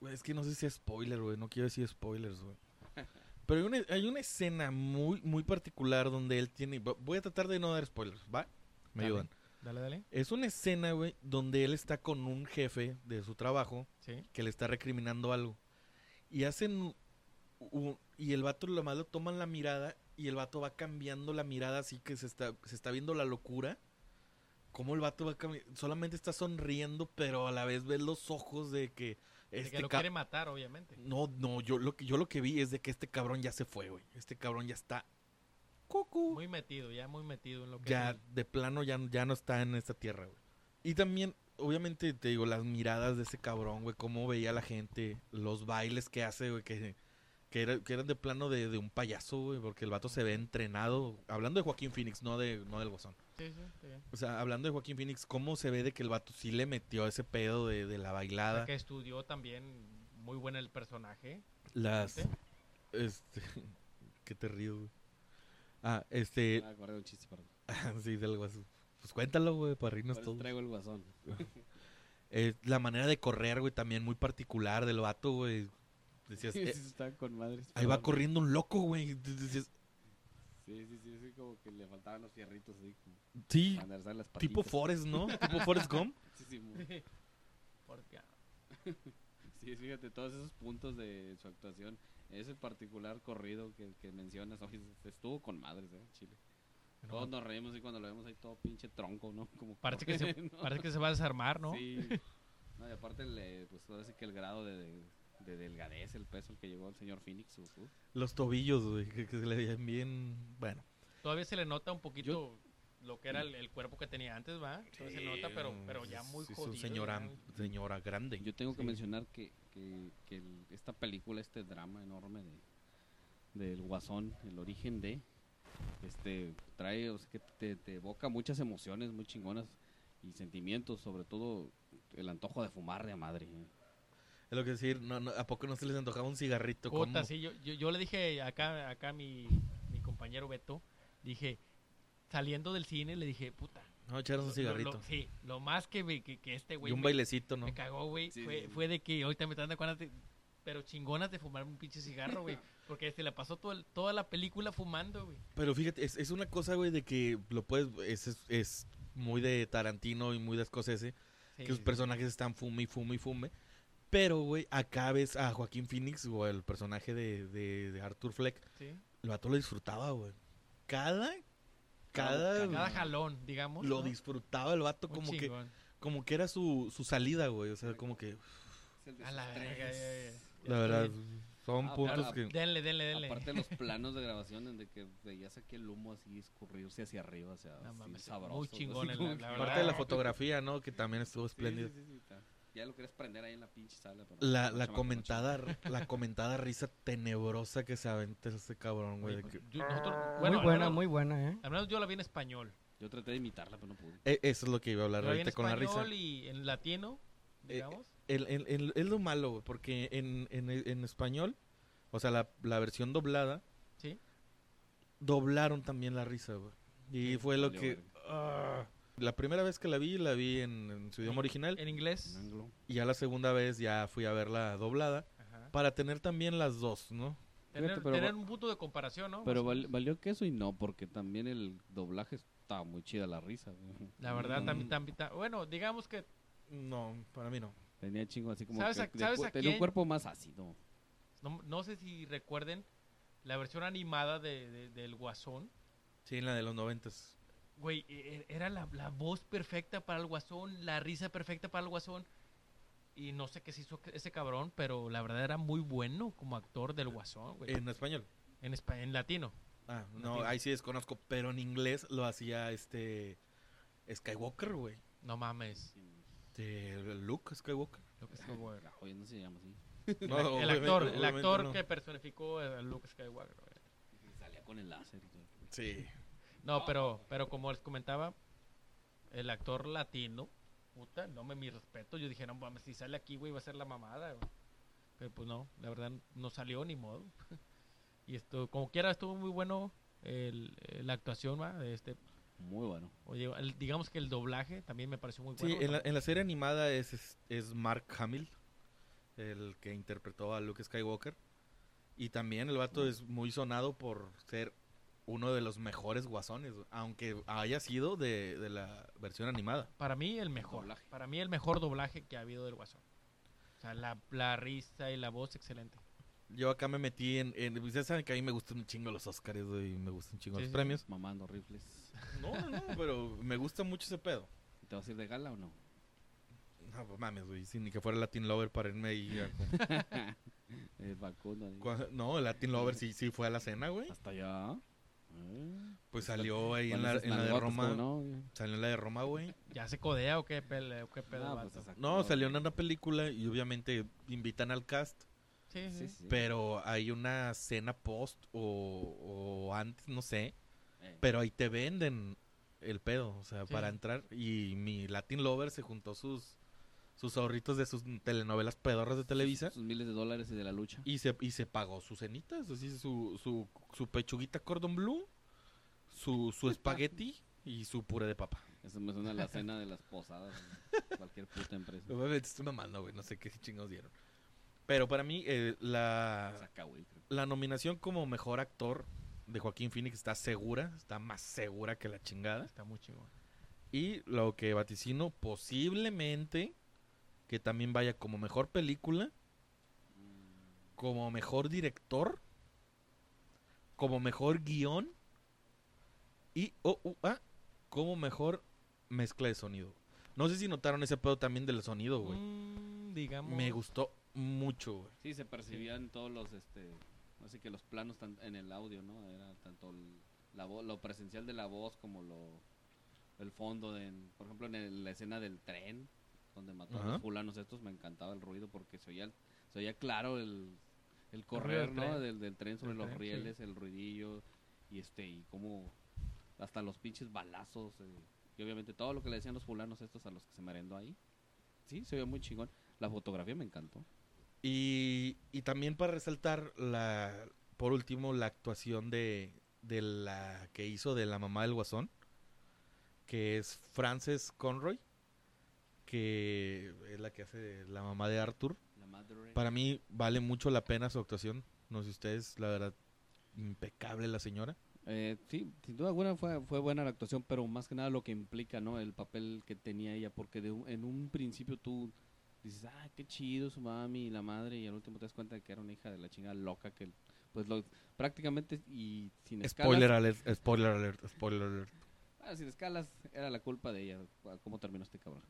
Speaker 2: Güey, Es que no sé si es spoiler, güey, no quiero decir spoilers, güey. Pero hay una, hay una escena muy, muy particular donde él tiene... vo- Voy a tratar de no dar spoilers, ¿va? Me
Speaker 3: Dale.
Speaker 2: ayudan.
Speaker 3: Dale, dale.
Speaker 2: Es una escena, güey, donde él está con un jefe de su trabajo
Speaker 3: Sí.
Speaker 2: que le está recriminando algo. Y hacen. un- y el vato lo malo toman la mirada y el vato va cambiando la mirada así que se está, se está viendo la locura. Cómo el vato va cambiando. Solamente está sonriendo, pero a la vez ves los ojos de que.
Speaker 3: De
Speaker 2: Este
Speaker 3: que lo
Speaker 2: ca-
Speaker 3: quiere matar, obviamente.
Speaker 2: No, no, yo lo, que, yo lo que vi es de que este cabrón ya se fue, güey. Este cabrón ya está. Cucu.
Speaker 3: Muy metido, ya muy metido en lo que.
Speaker 2: Ya,
Speaker 3: es el-
Speaker 2: de plano, ya, ya no está en esta tierra, güey. Y también, obviamente, te digo, las miradas de ese cabrón, güey, cómo veía a la gente, los bailes que hace, güey, que, que, era- que eran de plano de, de un payaso, güey, porque el vato se ve entrenado. Hablando de Joaquín Phoenix, no, de, no del Guasón.
Speaker 3: Sí, sí, está bien.
Speaker 2: O sea, hablando de Joaquín Phoenix, cómo se ve de que el vato sí le metió ese pedo de, de la
Speaker 3: O sea,
Speaker 2: bailada.
Speaker 3: que estudió también muy buen el personaje.
Speaker 2: Las.
Speaker 3: ¿sí?
Speaker 2: Este. que te río, güey. Ah, este.
Speaker 1: Ah, guardé un chiste, perdón.
Speaker 2: sí, del Guasón. Pues cuéntalo, güey, para
Speaker 1: Por
Speaker 2: reírnos
Speaker 1: eso
Speaker 2: todos.
Speaker 1: traigo el guasón.
Speaker 2: Eh, la manera de correr, güey, también muy particular del vato, güey. Decías,
Speaker 1: Sí,
Speaker 2: eh,
Speaker 1: sí, está con madres,
Speaker 2: ahí va
Speaker 1: perdón.
Speaker 2: corriendo un loco, güey. D- Decías,
Speaker 1: Sí, sí, sí, sí, como que le faltaban los fierritos así, como
Speaker 2: sí,
Speaker 1: para enderezar las
Speaker 2: tipo
Speaker 1: patitas.
Speaker 2: Forrest, ¿no? tipo Forrest Gump.
Speaker 1: Sí, sí, muy-
Speaker 3: Sí. Porque
Speaker 1: sí, fíjate, todos esos puntos de su actuación, ese particular corrido que, que mencionas, oye, estuvo con madres, ¿eh? Chile. Todos nos reímos y cuando lo vemos ahí todo pinche tronco, ¿no? Como
Speaker 3: parece que, se,
Speaker 1: ¿no?
Speaker 3: parece que se va a desarmar, ¿no?
Speaker 1: Sí. No, y aparte, le, pues ahora sí que el grado de, de, de delgadez, el peso al que llegó el señor Phoenix. uf, uf.
Speaker 2: Los tobillos, güey, que, que se le veían bien. Bueno,
Speaker 3: Todavía se le nota un poquito lo que era el, el cuerpo que tenía antes, ¿va? Todavía se le nota, pero, pero ya muy
Speaker 2: Sí, es un
Speaker 3: jodido.
Speaker 2: señor
Speaker 3: ya.
Speaker 2: am- señora grande.
Speaker 1: Yo tengo que
Speaker 3: Sí.
Speaker 1: mencionar que, que, que el- esta película, este drama enorme de del Guasón, el origen de, este, trae, o sea, que te, te evoca muchas emociones muy chingonas y sentimientos, sobre todo el antojo de fumar de a madre. ¿eh?
Speaker 2: Es lo que decir, no, no, ¿a poco no se les antojaba un cigarrito?
Speaker 3: Puta,
Speaker 2: ¿Cómo?
Speaker 3: sí, yo, yo, yo le dije acá, acá a mi, mi compañero Beto, dije, saliendo del cine, le dije, puta.
Speaker 2: No, echaron
Speaker 3: lo-
Speaker 2: un
Speaker 3: lo-
Speaker 2: cigarrito.
Speaker 3: lo- sí, lo más que, me- que, que este
Speaker 2: y
Speaker 3: güey
Speaker 2: un
Speaker 3: me,
Speaker 2: bailecito, ¿no?
Speaker 3: me cagó, güey,
Speaker 1: Sí,
Speaker 3: fue,
Speaker 1: sí, sí.
Speaker 3: fue de que ahorita me están dando cuenta, de- pero chingonas de fumar un pinche cigarro, güey. Porque se la pasó todo el- toda la película fumando, güey.
Speaker 2: Pero fíjate, es, es una cosa, güey, de que lo puedes. Es, es, es muy de Tarantino y muy de Scorsese.
Speaker 3: Sí,
Speaker 2: que sus
Speaker 3: sí.
Speaker 2: personajes están fume y fume y fume. Pero, güey, acá ves a Joaquín Phoenix o el personaje de, de- de Arthur Fleck.
Speaker 3: Sí.
Speaker 2: El vato lo disfrutaba, güey. Cada, cada,
Speaker 3: Cada jalón, digamos.
Speaker 2: lo
Speaker 3: ¿no?
Speaker 2: disfrutaba el vato
Speaker 3: Muy
Speaker 2: como que,
Speaker 3: chingón.
Speaker 2: como que era su, su salida, güey. O sea, como que,
Speaker 1: Es el
Speaker 3: A la verga, ya, ya, ya.
Speaker 2: la
Speaker 3: Ya
Speaker 2: verdad,
Speaker 3: estoy
Speaker 2: son
Speaker 1: Ah,
Speaker 2: puntos
Speaker 1: claro.
Speaker 2: que...
Speaker 3: bien. Denle, denle, denle.
Speaker 1: Aparte los planos de grabación en de que veías aquí el humo así escurrirse hacia arriba, o sea,
Speaker 3: No
Speaker 1: así
Speaker 3: mames,
Speaker 1: sabroso.
Speaker 3: muy
Speaker 1: ¿no?
Speaker 3: chingón
Speaker 1: Así
Speaker 3: el-
Speaker 1: como
Speaker 3: la
Speaker 1: que-
Speaker 3: verdad.
Speaker 2: Aparte de la fotografía, ¿no? Que también
Speaker 1: Sí,
Speaker 2: estuvo
Speaker 1: sí,
Speaker 2: espléndida.
Speaker 1: sí, sí, está. Ya lo querías prender ahí en la pinche sala. pero-
Speaker 2: La, la
Speaker 1: chamaco, no,
Speaker 2: comentada, la comentada risa tenebrosa que se aventó ese cabrón, güey.
Speaker 3: Oye, pues.
Speaker 2: de que-
Speaker 3: yo- nosotros- bueno,
Speaker 4: Ah, muy buena,
Speaker 3: al menos-
Speaker 4: muy buena, ¿eh?
Speaker 3: Al menos yo la vi en español.
Speaker 1: chamaco. Yo traté de imitarla, pero no pude.
Speaker 2: Eh, Eso es lo que iba a hablar
Speaker 3: Yo la vi en
Speaker 2: ahorita con la risa.
Speaker 3: español y en latino,
Speaker 2: Eh,
Speaker 3: digamos.
Speaker 2: el- el- el- es lo malo, güey, porque en, en, en español, o sea, la, la versión doblada,
Speaker 3: Sí.
Speaker 2: doblaron también la risa, güey. Y
Speaker 1: Sí,
Speaker 2: fue lo
Speaker 1: valió
Speaker 2: que...
Speaker 1: verga.
Speaker 2: ah, la primera vez que la vi, la vi en, en su idioma
Speaker 3: En-
Speaker 2: original.
Speaker 3: En inglés.
Speaker 1: En anglo.
Speaker 2: Y ya la segunda vez ya fui a verla doblada.
Speaker 3: Ajá.
Speaker 2: Para tener también las dos, ¿no?
Speaker 3: Tener,
Speaker 1: Fíjate, pero
Speaker 3: tener
Speaker 1: va-
Speaker 3: un punto de comparación, ¿no?
Speaker 1: Pero
Speaker 3: Más o
Speaker 1: val-
Speaker 3: menos.
Speaker 1: valió queso y no, porque también el doblaje está muy chida la risa. güey.
Speaker 3: La verdad, también,
Speaker 2: Mm.
Speaker 3: también, ta- bueno, digamos que
Speaker 2: No, para mí no.
Speaker 1: Tenía chingo así como
Speaker 3: ¿Sabes
Speaker 1: que
Speaker 3: a-
Speaker 1: de
Speaker 3: sabes
Speaker 1: cu-
Speaker 3: a
Speaker 1: tenía un
Speaker 3: quién?
Speaker 1: cuerpo más ácido.
Speaker 3: no, no sé si recuerden la versión animada de, de- del Guasón.
Speaker 2: Sí, en la de los noventas.
Speaker 3: Güey, e- e- era la, la voz perfecta para el Guasón, la risa perfecta para el Guasón. Y no sé qué se hizo ese cabrón, pero la verdad era muy bueno como actor del Guasón, güey.
Speaker 2: En español.
Speaker 3: En, espa- en latino.
Speaker 2: Ah,
Speaker 3: Latino.
Speaker 2: no, ahí sí desconozco. Pero en inglés lo hacía este Skywalker, güey.
Speaker 3: No mames.
Speaker 2: De Luke Skywalker.
Speaker 3: Lo que es como- el,
Speaker 1: Ah, Oye, no se llama así.
Speaker 2: No,
Speaker 3: el
Speaker 2: obviamente-
Speaker 3: actor, el
Speaker 2: obviamente
Speaker 3: actor
Speaker 2: no.
Speaker 3: que personificó a Luke Skywalker. güey.
Speaker 1: Salía con el láser y todo.
Speaker 2: Sí.
Speaker 3: No, pero, pero como les comentaba, el actor latino, puta, no me mi respeto. Yo dije, no mames, si sale aquí, güey, va a ser la mamada, güey. Pero pues no, la verdad no salió ni modo. y esto, como quiera, estuvo muy bueno el- eh, la actuación, ¿va? De este,
Speaker 1: Muy bueno.
Speaker 3: oye, el- digamos que el doblaje también me pareció muy
Speaker 2: Sí,
Speaker 3: bueno.
Speaker 2: en, la,
Speaker 3: ¿no?
Speaker 2: en la serie animada es, es, es Mark Hamill, el que interpretó a Luke Skywalker. Y también el vato es muy sonado por ser uno de los mejores guasones, aunque haya sido de, de la versión animada.
Speaker 3: Para mí, el mejor.
Speaker 1: doblaje.
Speaker 3: Para mí, el mejor doblaje que ha habido del Guasón. O sea, la, la risa y la voz, excelente.
Speaker 2: Yo acá me metí en... en ustedes saben que a mí me gustan un chingo los Oscars y me gustan un chingo
Speaker 3: Sí,
Speaker 2: los
Speaker 3: sí.
Speaker 2: premios.
Speaker 1: Mamando rifles.
Speaker 2: No, no, no, pero me gusta mucho ese pedo.
Speaker 1: ¿Y ¿Te vas a ir de gala o no?
Speaker 2: No, pues mames, güey, si ni que fuera Latin Lover para irme ahí. a-
Speaker 1: El vacuno. ahí.
Speaker 2: cua- No, el Latin Lover sí, sí fue a la cena, güey.
Speaker 1: Hasta allá. Eh.
Speaker 2: Pues salió ahí en
Speaker 1: Con
Speaker 2: la,
Speaker 1: esas
Speaker 2: en la de
Speaker 1: nalgotas,
Speaker 2: Roma.
Speaker 1: ¿cómo no? güey?
Speaker 2: Salió en la de Roma, güey.
Speaker 3: ¿Ya se codea o qué, pele- o qué pedo?
Speaker 1: Ah,
Speaker 3: el
Speaker 1: pues,
Speaker 3: vato?
Speaker 1: exacto.
Speaker 2: No, salió en una película y obviamente invitan al cast,
Speaker 3: Sí,
Speaker 1: Sí,
Speaker 3: sí.
Speaker 1: sí.
Speaker 2: pero hay una cena post o, o antes, no sé,
Speaker 1: Eh,
Speaker 2: pero ahí te venden el pedo, o sea,
Speaker 3: Sí,
Speaker 2: para
Speaker 3: sí.
Speaker 2: entrar. Y mi Latin Lover se juntó sus, sus ahorritos de sus telenovelas pedorras de Televisa
Speaker 1: Sus miles de dólares y de la lucha.
Speaker 2: y se, y se pagó sus cenitas, así su, su, su pechuguita cordon blue, su, su espagueti y su puré de papa.
Speaker 1: Eso me suena a la cena de las posadas. de Cualquier puta empresa.
Speaker 2: Obviamente estoy mamando, güey, no sé qué chingados dieron. Pero para mí, eh, la...
Speaker 1: Saca, güey, creo.
Speaker 2: la nominación como mejor actor de Joaquín Phoenix está segura, está más segura que la chingada.
Speaker 3: Está muy chingón.
Speaker 2: Y lo que vaticino posiblemente que también vaya como mejor película, como mejor director, como mejor guión y o u, ah, como mejor mezcla de sonido. No sé si notaron ese pedo también del sonido, güey.
Speaker 3: Mm, digamos.
Speaker 2: Me gustó mucho, güey.
Speaker 1: Sí, se percibían todos los, este, así que los planos tan- en el audio, ¿no? Era tanto el- la voz, lo presencial de la voz como lo, el fondo, de, en- por ejemplo, en el- la escena del tren donde mató a
Speaker 2: Ajá.
Speaker 1: los fulanos estos, me encantaba el ruido porque se oía, el- se oía claro el, el
Speaker 3: ruido
Speaker 1: correr,
Speaker 3: del
Speaker 1: ¿no?
Speaker 3: tren.
Speaker 1: Del, del tren sobre
Speaker 3: Del
Speaker 1: los
Speaker 3: tren, sí.
Speaker 1: rieles, el ruidillo y este y como hasta los pinches balazos eh, y obviamente todo lo que le decían los fulanos estos a los que se merendó ahí. Sí, se veía muy chingón. La fotografía me encantó.
Speaker 2: Y, y también para resaltar, la por último, la actuación de, de la que hizo de la mamá del guasón, que es Frances Conroy, que es la que hace de la mamá de Arthur.
Speaker 1: La madre.
Speaker 2: Para mí vale mucho la pena su actuación. No sé ustedes, la verdad, impecable la señora.
Speaker 1: Eh, sí, sin duda alguna fue, fue buena la actuación, pero más que nada lo que implica, ¿no? El papel que tenía ella, porque de un- en un principio tú dices, ah, qué chido su mami y la madre, y al último te das cuenta de que era una hija de la chingada loca, que pues lo, prácticamente y sin escalas,
Speaker 2: Spoiler alert, spoiler alert, spoiler alert.
Speaker 1: ah, sin escalas era la culpa de ella, a cómo terminó este cabrón.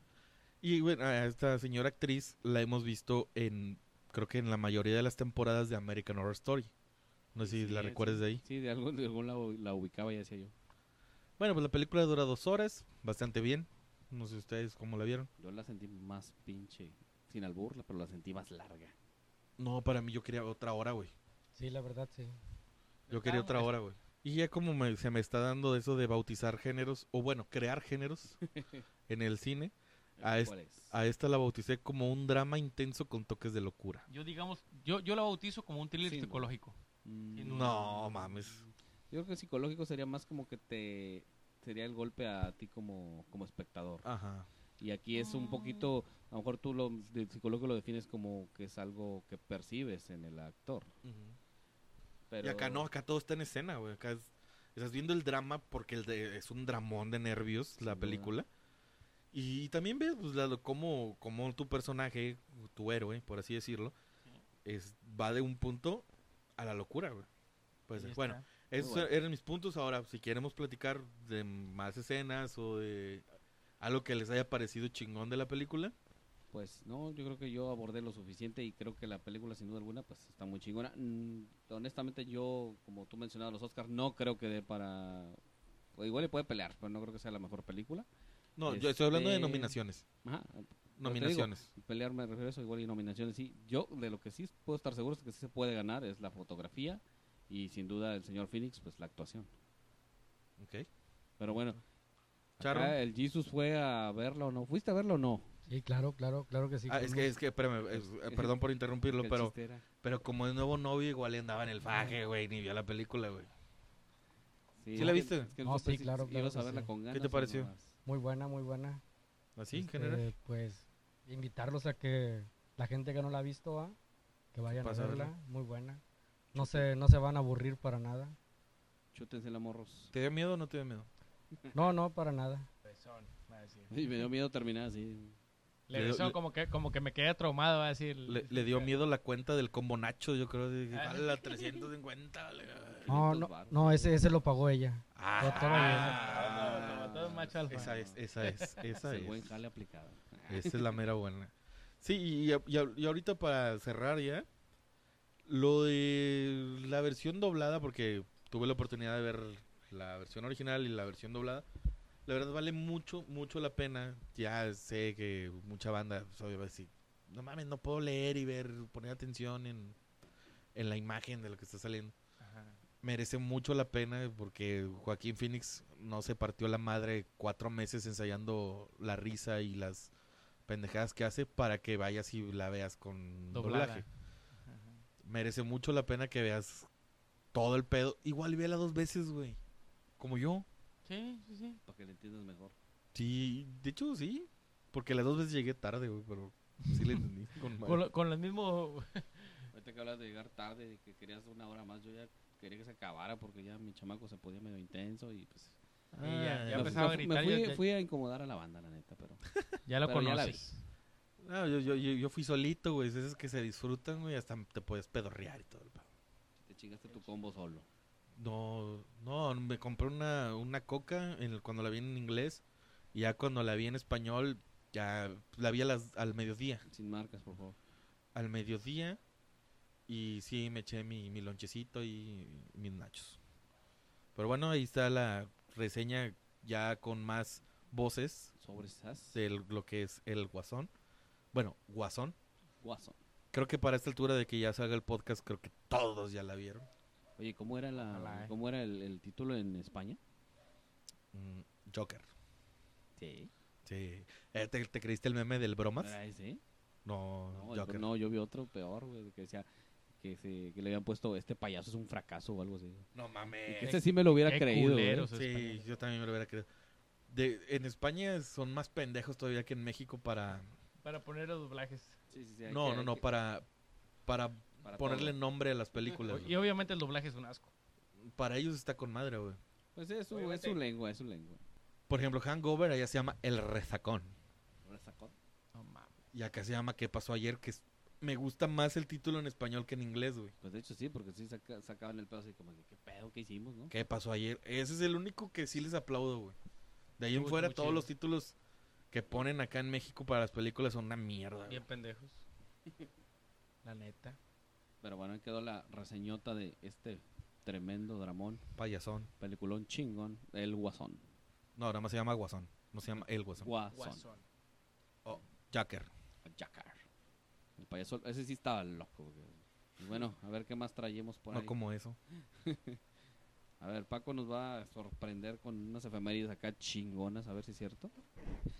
Speaker 2: Y bueno, a esta señora actriz la hemos visto en, creo que en la mayoría de las temporadas de American Horror Story. No sé si
Speaker 1: Sí,
Speaker 2: la
Speaker 1: sí.
Speaker 2: recuerdes de ahí.
Speaker 1: Sí, de algún, de algún lado la ubicaba y decía yo,
Speaker 2: Bueno, pues la película dura dos horas, bastante bien. No sé ustedes cómo la vieron.
Speaker 1: yo la sentí más pinche, sin alburla, pero la sentí más larga.
Speaker 2: No, para mí yo quería otra hora, güey.
Speaker 4: Sí, la verdad, sí.
Speaker 2: Yo quería otra hora, güey. Ah, Y ya como me- se me está dando eso de bautizar géneros, o bueno, crear géneros en el cine, Ah, es-
Speaker 1: ¿Cuál es?
Speaker 2: a esta la bauticé como un drama intenso con toques de locura.
Speaker 3: Yo, digamos, yo, yo la bautizo como un thriller
Speaker 1: Sin duda.
Speaker 3: psicológico.
Speaker 1: Mm.
Speaker 3: Sin duda.
Speaker 2: No, mames.
Speaker 1: Yo creo que psicológico sería más como que te sería el golpe a ti como, como espectador.
Speaker 2: Ajá.
Speaker 1: Y aquí es un poquito, a lo mejor tú lo de psicológico lo defines como que es algo que percibes en el actor. Pero...
Speaker 2: Y acá no, acá todo está en escena, güey. Acá es- estás viendo el drama porque el de- es un dramón de nervios
Speaker 1: Sin
Speaker 2: la
Speaker 1: duda.
Speaker 2: película. Y, también ves pues, la- lo- cómo, cómo tu personaje, tu héroe, por así decirlo, es, va de un punto a la locura, güey. Pues,
Speaker 3: Ahí
Speaker 2: bueno,
Speaker 3: está.
Speaker 2: esos
Speaker 1: bueno.
Speaker 2: eran mis puntos. Ahora, si queremos platicar de más escenas o de algo que les haya parecido chingón de la película,
Speaker 1: Pues no, yo creo que yo abordé lo suficiente y creo que la película sin duda alguna pues está muy chingona. Mm, honestamente yo, como tú mencionabas los Oscars, no creo que dé para... o Igual le puede pelear, pero no creo que sea la mejor película.
Speaker 2: no, yo estoy hablando de
Speaker 1: Este,
Speaker 2: nominaciones.
Speaker 1: Ajá,
Speaker 2: Nominaciones.
Speaker 1: pelear me refiero a eso, igual y nominaciones. Sí, yo de lo que sí puedo estar seguro es que sí se puede ganar es la fotografía y sin duda el señor Phoenix pues la actuación.
Speaker 2: Ok.
Speaker 1: Pero bueno,
Speaker 2: Charro.
Speaker 1: acá el Jesus fue a verla o no. ¿Fuiste a verla o no?
Speaker 4: Sí, claro, claro, claro que sí.
Speaker 2: Ah, es que, es que, espérame, es- eh, perdón por interrumpirlo,
Speaker 1: Que el
Speaker 2: pero,
Speaker 1: chiste era-
Speaker 2: pero como es nuevo novio, igual le andaba en el faje, güey, ni vio la película, güey. ¿Sí
Speaker 1: no,
Speaker 2: la
Speaker 1: que-
Speaker 2: viste?
Speaker 1: es que
Speaker 4: No,
Speaker 1: sé
Speaker 4: sí,
Speaker 1: si
Speaker 4: claro, claro
Speaker 1: ibas a
Speaker 4: que
Speaker 1: verla
Speaker 4: sí.
Speaker 1: con
Speaker 2: te
Speaker 1: ganas o
Speaker 2: pareció?
Speaker 1: nomás.
Speaker 4: Muy buena, muy buena.
Speaker 2: ¿Así, en
Speaker 4: Este,
Speaker 2: general?
Speaker 4: Pues invitarlos a que la gente que no la ha visto, ¿va? que vayan a
Speaker 2: pase a verla.
Speaker 4: verla. Muy buena. No se, no se van a aburrir para nada.
Speaker 1: Chútense la morros.
Speaker 2: ¿Te dio miedo o no te dio miedo?
Speaker 4: No, no, para nada.
Speaker 3: Besón, va a decir.
Speaker 1: Y me dio miedo terminar así.
Speaker 3: Le
Speaker 2: Le-
Speaker 3: besó
Speaker 2: le-
Speaker 3: como que, como que me quedé traumado, va a decir.
Speaker 2: Le, le dio miedo la cuenta del combo Nacho, yo creo, de
Speaker 3: Ah.
Speaker 2: vale la 350, vale.
Speaker 4: No,
Speaker 1: 500
Speaker 4: no,
Speaker 1: varos.
Speaker 4: no ese, ese lo pagó ella.
Speaker 3: Ah, como todo macho alfa.
Speaker 2: Esa es, esa es,
Speaker 1: Es
Speaker 2: esa
Speaker 1: el buen
Speaker 2: es.
Speaker 1: jale aplicado.
Speaker 2: Esa es la mera buena. Sí, y, y- y- y ahorita para cerrar ya, lo de la versión doblada, porque tuve la oportunidad de ver la versión original y la versión doblada, la verdad vale mucho, mucho la pena. Ya sé que mucha banda, pues, obvio, va a decir, no mames, no puedo leer y ver, poner atención en, en la imagen de lo que está saliendo.
Speaker 3: Ajá.
Speaker 2: Merece mucho la pena eh, porque Joaquín Phoenix no se partió la madre cuatro meses ensayando la risa y las pendejadas que hace para que vayas y la veas con
Speaker 3: Doblada.
Speaker 2: doblaje.
Speaker 3: Ajá.
Speaker 2: Merece mucho la pena que veas todo el pedo. Igual y vela dos veces, güey. Como yo.
Speaker 3: Sí, sí, sí.
Speaker 1: Para que le entiendas mejor.
Speaker 2: Sí, de hecho sí. Porque las dos veces llegué tarde, güey, pero sí le entendí. con madre.
Speaker 3: Con, lo- con los mismos.
Speaker 1: Ahorita que hablas de llegar tarde, de que querías una hora más, yo ya quería que se acabara porque ya mi chamaco se podía medio intenso y pues...
Speaker 3: Y ya,
Speaker 2: Ah,
Speaker 3: ya
Speaker 1: me-
Speaker 3: empezaba a
Speaker 1: me fu- Me
Speaker 3: gritar.
Speaker 1: fui,
Speaker 3: ya- ya-
Speaker 1: fui a incomodar a la banda, la neta, pero...
Speaker 3: Ya lo
Speaker 1: Pero ya la
Speaker 3: conoces.
Speaker 2: no, yo, yo, yo, yo fui solito, güey. Es Esas que se disfrutan, güey. Hasta te puedes pedorrear y todo el pedo.
Speaker 1: Te chingaste tu combo solo.
Speaker 2: No, no, me compré una, una coca en el- cuando la vi en inglés. Y ya cuando la vi en español, ya la vi a las, al mediodía.
Speaker 1: Sin marcas, por favor.
Speaker 2: Al mediodía. Y sí, me eché mi, mi lonchecito y mis nachos. Pero bueno, ahí está la reseña ya con más voces
Speaker 1: Sobre esas...
Speaker 2: de lo que es el guasón. Bueno, guasón.
Speaker 1: Guasón.
Speaker 2: Creo que para esta altura de que ya salga el podcast, creo que todos ya la vieron.
Speaker 1: Oye, ¿cómo era, la,
Speaker 3: Ojalá, eh.
Speaker 1: ¿cómo era el, el título en España?
Speaker 2: Mm, Joker.
Speaker 1: Sí.
Speaker 2: Sí. Eh, ¿te, te creíste el meme del bromas?
Speaker 1: ¿Era ese?
Speaker 2: No,
Speaker 1: No, el-
Speaker 2: Joker.
Speaker 1: no, yo vi otro peor, güey, que decía que, se, que le habían puesto este payaso es un fracaso o algo así.
Speaker 2: No mames.
Speaker 1: Ese sí me lo hubiera
Speaker 3: qué
Speaker 1: creído. güey.
Speaker 3: culeros.
Speaker 2: Sí, yo también me lo hubiera creído. De- en España son más pendejos todavía que en México para...
Speaker 3: Para poner los doblajes.
Speaker 1: Sí, sí, sí, hay
Speaker 2: No,
Speaker 1: que-
Speaker 2: no,
Speaker 1: hay
Speaker 2: no,
Speaker 1: que-
Speaker 2: para, para
Speaker 1: para
Speaker 2: ponerle
Speaker 1: todo.
Speaker 2: nombre a las películas.
Speaker 3: Y
Speaker 2: güey.
Speaker 3: obviamente el doblaje es un asco.
Speaker 2: Para ellos está con madre, güey.
Speaker 1: Pues es su, es
Speaker 3: Obviamente.
Speaker 1: su lengua, es su lengua.
Speaker 2: Por ejemplo, Hangover allá se llama El Rezacón.
Speaker 1: Resacón.
Speaker 3: No mames.
Speaker 2: Y acá se llama ¿Qué pasó ayer? Que es- me gusta más el título en español que en inglés, güey.
Speaker 1: Pues de hecho sí, porque sí saca- sacaban el pedo así como de qué pedo que hicimos, ¿no?
Speaker 2: ¿Qué pasó ayer? Ese es el único que sí les aplaudo, güey. De ahí en
Speaker 3: Estuvo-
Speaker 2: fuera,
Speaker 3: estuvo
Speaker 2: todos
Speaker 3: chido.
Speaker 2: los títulos que ponen acá en México para las películas son una mierda.
Speaker 3: Bien
Speaker 2: güey.
Speaker 3: pendejos. La neta.
Speaker 1: Pero bueno, ahí quedó la reseñota de este tremendo dramón,
Speaker 2: Payasón.
Speaker 1: peliculón chingón, El Guasón.
Speaker 2: No, nada más se llama Guasón. No se llama El Guasón.
Speaker 1: Guasón.
Speaker 3: Guasón.
Speaker 2: Jacker.
Speaker 1: Jacar. El payaso, ese sí estaba loco. güey. Y bueno, a ver qué más traemos por
Speaker 2: No
Speaker 1: ahí.
Speaker 2: como eso.
Speaker 1: A ver, Paco nos va a sorprender con unas efemérides acá chingonas, a ver si es cierto.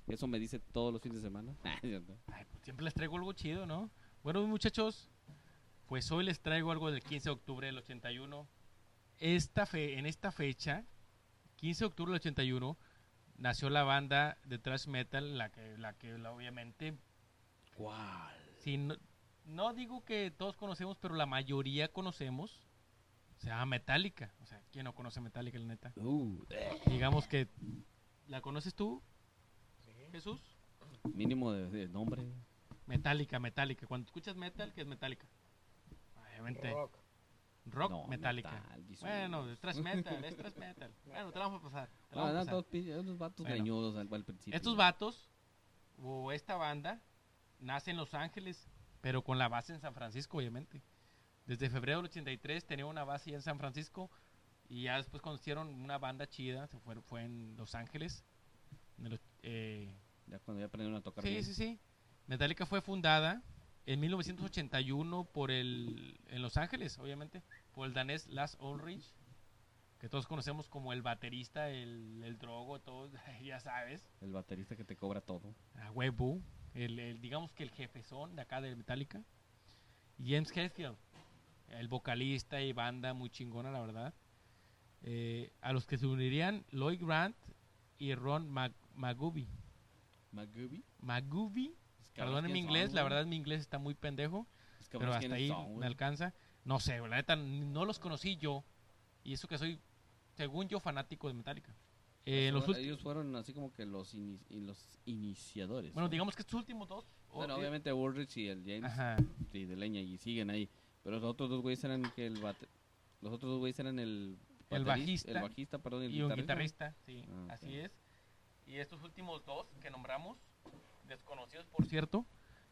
Speaker 1: Eso me dice todos los fines de semana. Nah, es cierto.
Speaker 3: Ay, pues siempre les traigo algo chido, ¿no? Bueno, muchachos, pues hoy les traigo algo del 15 de octubre del 81. Esta fe, en esta fecha, 15 de octubre del 81, nació la banda de thrash metal, la que, la que la- obviamente,
Speaker 1: ¿Cuál?
Speaker 3: si no, no digo que todos conocemos, pero la mayoría conocemos. se llama Metallica. O sea, ¿quién no conoce Metallica, la neta?
Speaker 1: Uh,
Speaker 3: Digamos que, ¿la conoces tú, Jesús?
Speaker 1: mínimo de, de nombre.
Speaker 3: Metallica, Metallica. Cuando escuchas metal, ¿qué es Metallica? Obviamente, rock,
Speaker 4: Rock.
Speaker 1: No,
Speaker 3: Metallica.
Speaker 1: metal, Jesús.
Speaker 3: bueno, es thrash metal, es thrash metal. Bueno, te la vamos a pasar. te la
Speaker 1: Ah,
Speaker 3: vamos a
Speaker 1: eran
Speaker 3: pasar.
Speaker 1: dos pin- unos vatos
Speaker 3: Bueno.
Speaker 1: greñudos al, al principio.
Speaker 3: Estos vatos, o esta banda, nace en Los Ángeles, pero con la base en San Francisco, obviamente. Desde febrero del 83 tenía una base ya en San Francisco y ya después conocieron una banda chida, se fue, fue en Los Ángeles. en el och- eh,
Speaker 1: Ya cuando ya aprendieron a tocar
Speaker 3: sí,
Speaker 1: bien.
Speaker 3: sí, sí. Metallica fue fundada en 1981 por el, en Los Ángeles, obviamente, por el danés Lars Ulrich, que todos conocemos como el baterista, el, el drogo, todos, ya sabes.
Speaker 1: El baterista que te cobra todo.
Speaker 3: A huevo. El, el- digamos que el jefezón de acá de Metallica. Y James Hetfield. El vocalista y banda muy chingona, la verdad. Eh, a los que se unirían Lloyd Grant y Ron Mag Magubi.
Speaker 1: McGooby.
Speaker 3: Magubi, perdón en mi inglés, la verdad mi inglés está muy pendejo, pero hasta ahí me alcanza. No sé, la neta, no los conocí yo. Y eso que soy, según yo, fanático de Metallica. Eh, los ulti-
Speaker 1: ellos fueron así como que los, ini- y los iniciadores.
Speaker 3: bueno,
Speaker 1: ¿no?
Speaker 3: digamos que estos últimos dos. o-
Speaker 1: Bueno,
Speaker 3: eh,
Speaker 1: obviamente Woolrich y el James
Speaker 3: Ajá.
Speaker 1: y de leña y siguen ahí. Pero los otros dos güeyes eran que el bate- los otros dos güeyes eran el
Speaker 3: El
Speaker 1: baterista-
Speaker 3: bajista
Speaker 1: el bajista, perdón, y el
Speaker 3: y un guitarrista, sí,
Speaker 1: Ah,
Speaker 3: así
Speaker 1: ok.
Speaker 3: es. Y estos últimos dos que nombramos, desconocidos por cierto,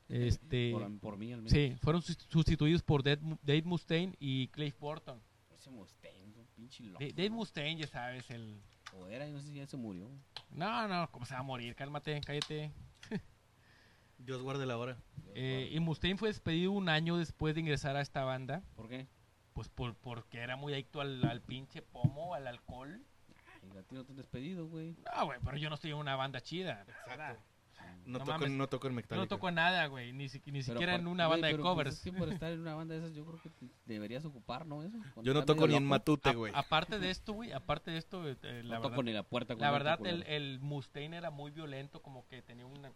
Speaker 3: este,
Speaker 1: Por, por mí al menos.
Speaker 3: sí, fueron sus- sustituidos por Dead Mu- Dave Mustaine y Clay Burton.
Speaker 1: Ese Mustaine, un pinche loco.
Speaker 3: De- Dave Mustaine, ya sabes, el...
Speaker 1: O era, yo no sé si ya se murió.
Speaker 3: No, no, ¿cómo se va a morir? Cálmate, cállate.
Speaker 2: Dios guarde la hora.
Speaker 3: Eh, y Mustaine fue despedido un año después de ingresar a esta banda,
Speaker 1: ¿Por qué?
Speaker 3: pues por, porque era muy adicto al, al pinche pomo, al alcohol.
Speaker 1: Ay, a ti no te han despedido, güey.
Speaker 3: No, güey, pero yo no estoy en una banda chida. ¿verdad?
Speaker 2: No,
Speaker 3: No
Speaker 2: toco,
Speaker 3: mames.
Speaker 2: no toco en
Speaker 3: Yo no
Speaker 2: Metallica.
Speaker 3: toco en nada, güey, ni, si- ni
Speaker 1: Pero
Speaker 3: siquiera en
Speaker 1: aparte-
Speaker 3: una
Speaker 1: güey,
Speaker 3: banda de
Speaker 1: pero pues
Speaker 3: covers.
Speaker 1: es que por estar en una banda de esas, yo creo que te deberías ocupar, ¿no? Eso. Cuando
Speaker 2: Yo no
Speaker 1: estás medio
Speaker 2: toco ni en
Speaker 1: loco,
Speaker 2: Matute,
Speaker 3: A-
Speaker 2: güey.
Speaker 3: Aparte de esto, güey, aparte de esto, eh, eh, la
Speaker 1: no toco
Speaker 3: verdad,
Speaker 1: ni la puerta.
Speaker 3: la
Speaker 1: cuando
Speaker 3: verdad,
Speaker 1: toco,
Speaker 3: el,
Speaker 1: güey.
Speaker 3: el Mustaine era muy violento, como que tenía una,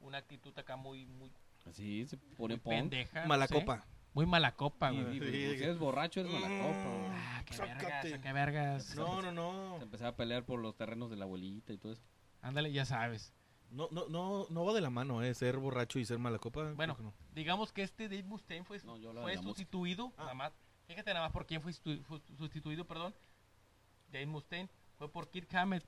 Speaker 3: una actitud acá muy, muy
Speaker 1: Así se pone punk.
Speaker 3: pendeja. no
Speaker 2: Mala
Speaker 3: sé.
Speaker 2: copa.
Speaker 3: Muy mala copa,
Speaker 1: Y
Speaker 3: güey.
Speaker 1: digo,
Speaker 2: Sí,
Speaker 1: si
Speaker 2: sí.
Speaker 1: eres borracho, eres mala copa. güey.
Speaker 3: Ah, qué
Speaker 2: Sácate.
Speaker 3: vergas, qué vergas.
Speaker 2: No, no,
Speaker 1: Se
Speaker 2: no.
Speaker 1: empezaba a pelear por los terrenos de la abuelita y todo eso.
Speaker 3: Ándale, ya sabes.
Speaker 2: No, no, no, no va de la mano, eh. Ser borracho y ser mala copa. creo
Speaker 3: Bueno.
Speaker 2: que no.
Speaker 3: Digamos que este Dave Mustaine fue,
Speaker 1: No, yo hablaba
Speaker 3: fue
Speaker 1: de la música.
Speaker 3: sustituido,
Speaker 2: Ah.
Speaker 3: nada más. Fíjate nada más por quién fue sustitu- fue sustituido, perdón. Dave Mustaine fue por Kirk Hammett,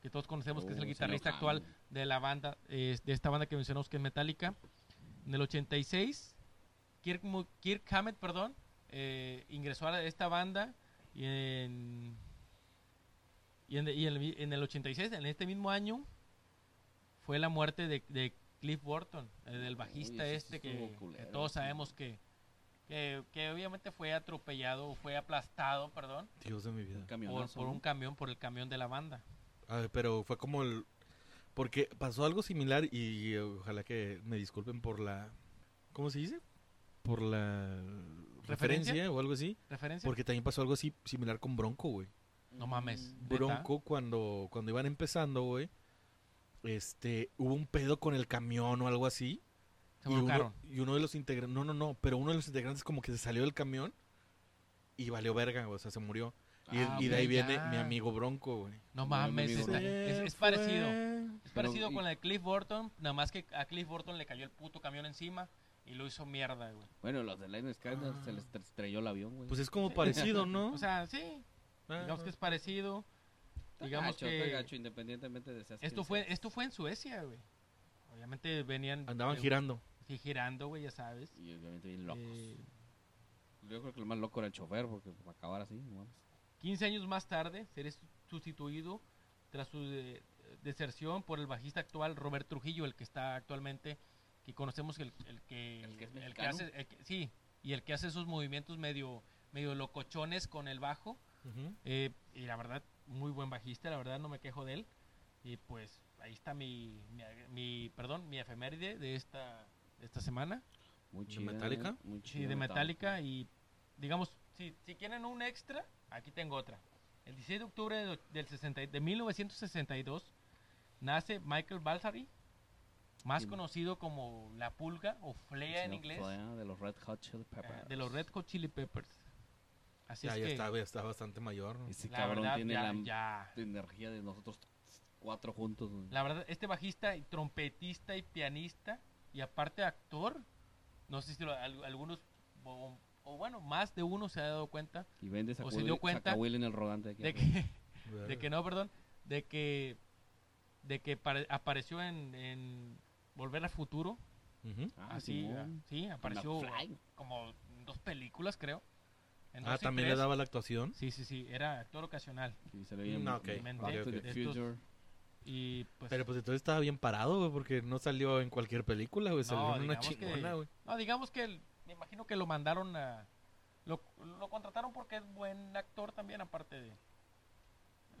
Speaker 3: que todos conocemos que es
Speaker 1: Oh,
Speaker 3: el
Speaker 1: señor
Speaker 3: guitarrista actual
Speaker 1: Hammond.
Speaker 3: de la banda, eh, de esta banda que mencionamos que es Metallica. En el 86, Kirk, Mu- Kirk Hammett, perdón, eh, ingresó a esta banda y en, y en, y en el mi- en el 86, en este mismo año, fue la muerte de, de Cliff Burton, el del bajista
Speaker 1: ese sí
Speaker 3: este que,
Speaker 1: estuvo
Speaker 3: que
Speaker 1: culero,
Speaker 3: todos
Speaker 1: sí.
Speaker 3: sabemos que, que, que obviamente fue atropellado, fue aplastado, perdón,
Speaker 2: Dios de mi vida.
Speaker 1: Un
Speaker 3: por,
Speaker 1: camionazo.
Speaker 3: por un camión, por el camión de la banda.
Speaker 2: A ver, pero fue como el... Porque pasó algo similar y ojalá que me disculpen por la... ¿Cómo se dice? Por la
Speaker 3: ¿Referencia?
Speaker 2: referencia o algo así.
Speaker 3: ¿Referencia?
Speaker 2: Porque también pasó algo así similar con Bronco, güey.
Speaker 3: No
Speaker 1: Mm.
Speaker 3: mames. ¿neta?
Speaker 2: Bronco cuando, cuando iban empezando, güey. Este, hubo un pedo con el camión o algo así.
Speaker 3: Se
Speaker 2: y, uno,
Speaker 3: volcaron.
Speaker 2: y uno de los integrantes, no, no, no, pero uno de los integrantes como que se salió del camión y valió verga, güey, o sea, se murió. Y,
Speaker 1: Ah,
Speaker 2: y de ahí
Speaker 3: ok,
Speaker 2: viene
Speaker 3: ya.
Speaker 2: mi amigo Bronco, güey.
Speaker 3: No
Speaker 1: Como el
Speaker 3: mames,
Speaker 1: amigo
Speaker 3: está-
Speaker 2: Se
Speaker 3: es, es
Speaker 2: fue.
Speaker 3: parecido. Es
Speaker 1: Pero,
Speaker 3: parecido
Speaker 1: y-
Speaker 3: con la de Cliff Burton, nada más que a Cliff Burton le cayó el puto camión encima y lo hizo mierda, güey.
Speaker 1: Bueno, los de Lightning Sky
Speaker 2: Ah.
Speaker 1: se les tre- estrelló el avión, güey.
Speaker 2: Pues es como parecido, ¿no?
Speaker 3: O sea, sí,
Speaker 2: Ah,
Speaker 3: digamos que es parecido.
Speaker 1: Está
Speaker 3: Digamos
Speaker 1: gacho, está
Speaker 3: que
Speaker 1: gacho, independientemente de seas
Speaker 3: esto
Speaker 1: quien
Speaker 3: fue,
Speaker 1: seas.
Speaker 3: esto fue en Suecia, güey. Obviamente venían...
Speaker 2: Andaban
Speaker 3: eh,
Speaker 2: girando.
Speaker 3: sí, girando, güey, ya sabes.
Speaker 1: Y obviamente bien locos.
Speaker 3: Eh,
Speaker 1: Yo creo que lo más loco era el chofer, porque para acabar así, no mames.
Speaker 3: 15 años más tarde, seré su- sustituido tras su de- deserción por el bajista actual Robert Trujillo, el que está actualmente, que conocemos el, el que,
Speaker 1: El que es
Speaker 3: hace, el que- sí, y el que hace esos movimientos medio, medio locochones con el bajo.
Speaker 2: Ujú.
Speaker 3: Eh, y la verdad, muy buen bajista, la verdad no me quejo de él. Y pues ahí está mi, mi, ag- mi- perdón, mi efeméride de esta, de esta semana.
Speaker 1: Muy
Speaker 2: ¿De
Speaker 1: chido.
Speaker 2: Metallica?
Speaker 1: Muy
Speaker 3: Sí, de Metallica y digamos, si, si quieren un extra, aquí tengo otra. El 16 de octubre de, del 60 y- de 1962 nace Michael Balsari, más
Speaker 1: Sí.
Speaker 3: conocido como La Pulga o Flea en
Speaker 1: Sí,
Speaker 3: inglés,
Speaker 1: Flea, De los Red Hot Chili
Speaker 3: eh,
Speaker 1: Peppers.
Speaker 3: de los Red Hot Chili Peppers. Así
Speaker 2: Ya,
Speaker 3: es
Speaker 2: ya
Speaker 3: que,
Speaker 2: está, ya está bastante mayor. ¿no?
Speaker 1: Ese
Speaker 3: la
Speaker 1: cabrón
Speaker 3: verdad,
Speaker 1: tiene
Speaker 3: ya-
Speaker 1: la
Speaker 3: ya.
Speaker 1: energía de nosotros cuatro juntos. güey.
Speaker 3: La verdad, este bajista, y trompetista y pianista, y aparte actor, no sé si lo- al- algunos, o, o bueno, más de uno se ha dado cuenta
Speaker 1: Y vende
Speaker 3: o se dio cuenta
Speaker 1: Sacahuil en el rodante. Aquí
Speaker 3: de
Speaker 1: arriba.
Speaker 3: que, de que no, perdón, de que, de que pare- apareció en, en Volver al Futuro,
Speaker 2: Ujú.
Speaker 1: Ah,
Speaker 3: así,
Speaker 1: Simón.
Speaker 3: ah, sí, apareció
Speaker 1: McFly.
Speaker 3: como en dos películas, creo. en
Speaker 2: Ah,
Speaker 3: dos y
Speaker 2: también le
Speaker 3: tres.
Speaker 2: daba la actuación.
Speaker 3: Sí, sí, sí, era actor ocasional.
Speaker 1: Y se le veía
Speaker 2: Mm,
Speaker 1: en-
Speaker 2: ok,
Speaker 1: en
Speaker 3: ok,
Speaker 1: Back to
Speaker 2: ok.
Speaker 1: the
Speaker 3: Estos-
Speaker 1: Future.
Speaker 3: Y pues,
Speaker 2: Pero pues entonces estaba bien parado, güey, porque no salió en cualquier película, güey.
Speaker 3: No,
Speaker 2: Salió en una
Speaker 3: digamos que-
Speaker 2: chingona, güey.
Speaker 3: no, digamos que el- me imagino que lo mandaron a. Lo, lo contrataron porque es buen actor también, aparte de,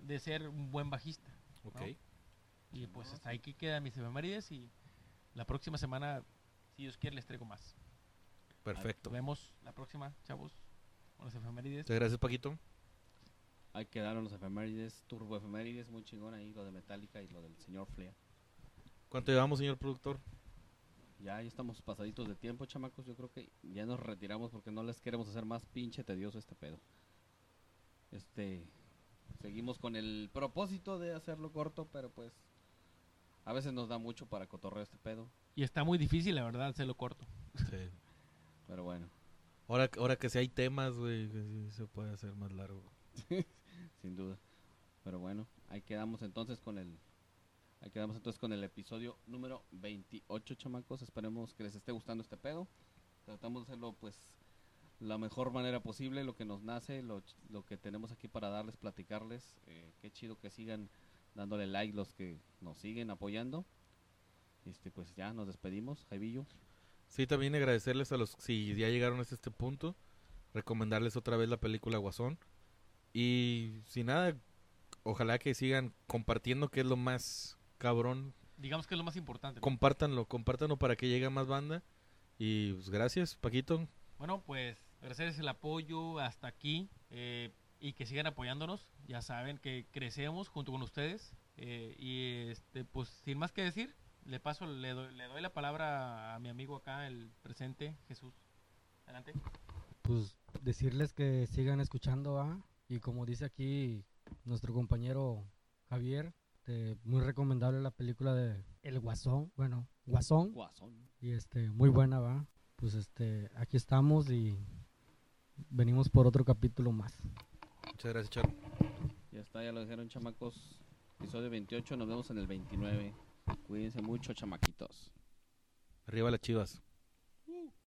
Speaker 3: de ser un buen bajista.
Speaker 2: Ok.
Speaker 3: No. Y pues hasta aquí quedan mis efemérides y la próxima semana, si Dios quiere, les traigo más.
Speaker 2: Perfecto.
Speaker 3: Nos vemos la próxima, chavos, con las efemérides.
Speaker 2: Muchas gracias, Paquito.
Speaker 1: Ahí quedaron los efemérides, turbo efemérides, muy chingón ahí, lo de Metallica y lo del señor Flea.
Speaker 2: ¿Cuánto llevamos, señor productor?
Speaker 1: Ya, ya estamos pasaditos de tiempo, chamacos. Yo creo que ya nos retiramos porque no les queremos hacer más pinche tedioso este pedo. Este, seguimos con el propósito de hacerlo corto, pero pues a veces nos da mucho para cotorrear este pedo.
Speaker 3: Y está muy difícil, la verdad, se lo corto.
Speaker 2: Sí.
Speaker 1: Pero bueno,
Speaker 2: Ahora, ahora que si hay temas, güey, que sí se puede hacer más largo.
Speaker 1: sin duda. Pero bueno, ahí quedamos entonces con el ahí quedamos entonces con el episodio número 28, chamacos. Esperemos que les esté gustando este pedo. Tratamos de hacerlo pues la mejor manera posible, lo que nos nace, lo, ch- lo que tenemos aquí para darles, platicarles. Eh, qué chido que sigan dándole like los que nos siguen apoyando. Este, pues ya nos despedimos, Jaivillo.
Speaker 2: Sí, también agradecerles a los si ya llegaron hasta este punto, recomendarles otra vez la película Guasón y sin nada, ojalá que sigan compartiendo que es lo más cabrón,
Speaker 3: Digamos que es lo más importante. ¿no?
Speaker 2: compártanlo, compártanlo para que llegue a más banda y pues, gracias, Paquito.
Speaker 3: Bueno, pues agradecerles el apoyo hasta aquí eh, y que sigan apoyándonos. Ya saben que crecemos junto con ustedes. eh, y este, pues sin más que decir, le paso, le doy, le doy la palabra a mi amigo acá, el presente, Jesús. Adelante.
Speaker 4: Pues decirles que sigan escuchando, ¿va? Y como dice aquí nuestro compañero Javier, este, muy recomendable la película de El Guasón, bueno, Guasón,
Speaker 1: Guasón.
Speaker 4: y este, muy buena, ¿va? Pues este, aquí estamos y venimos por otro capítulo más.
Speaker 2: Muchas gracias, Charo.
Speaker 1: Ya está, ya lo dijeron, chamacos. Episodio 28, nos vemos en el 29. Cuídense mucho, chamaquitos.
Speaker 2: Arriba las Chivas.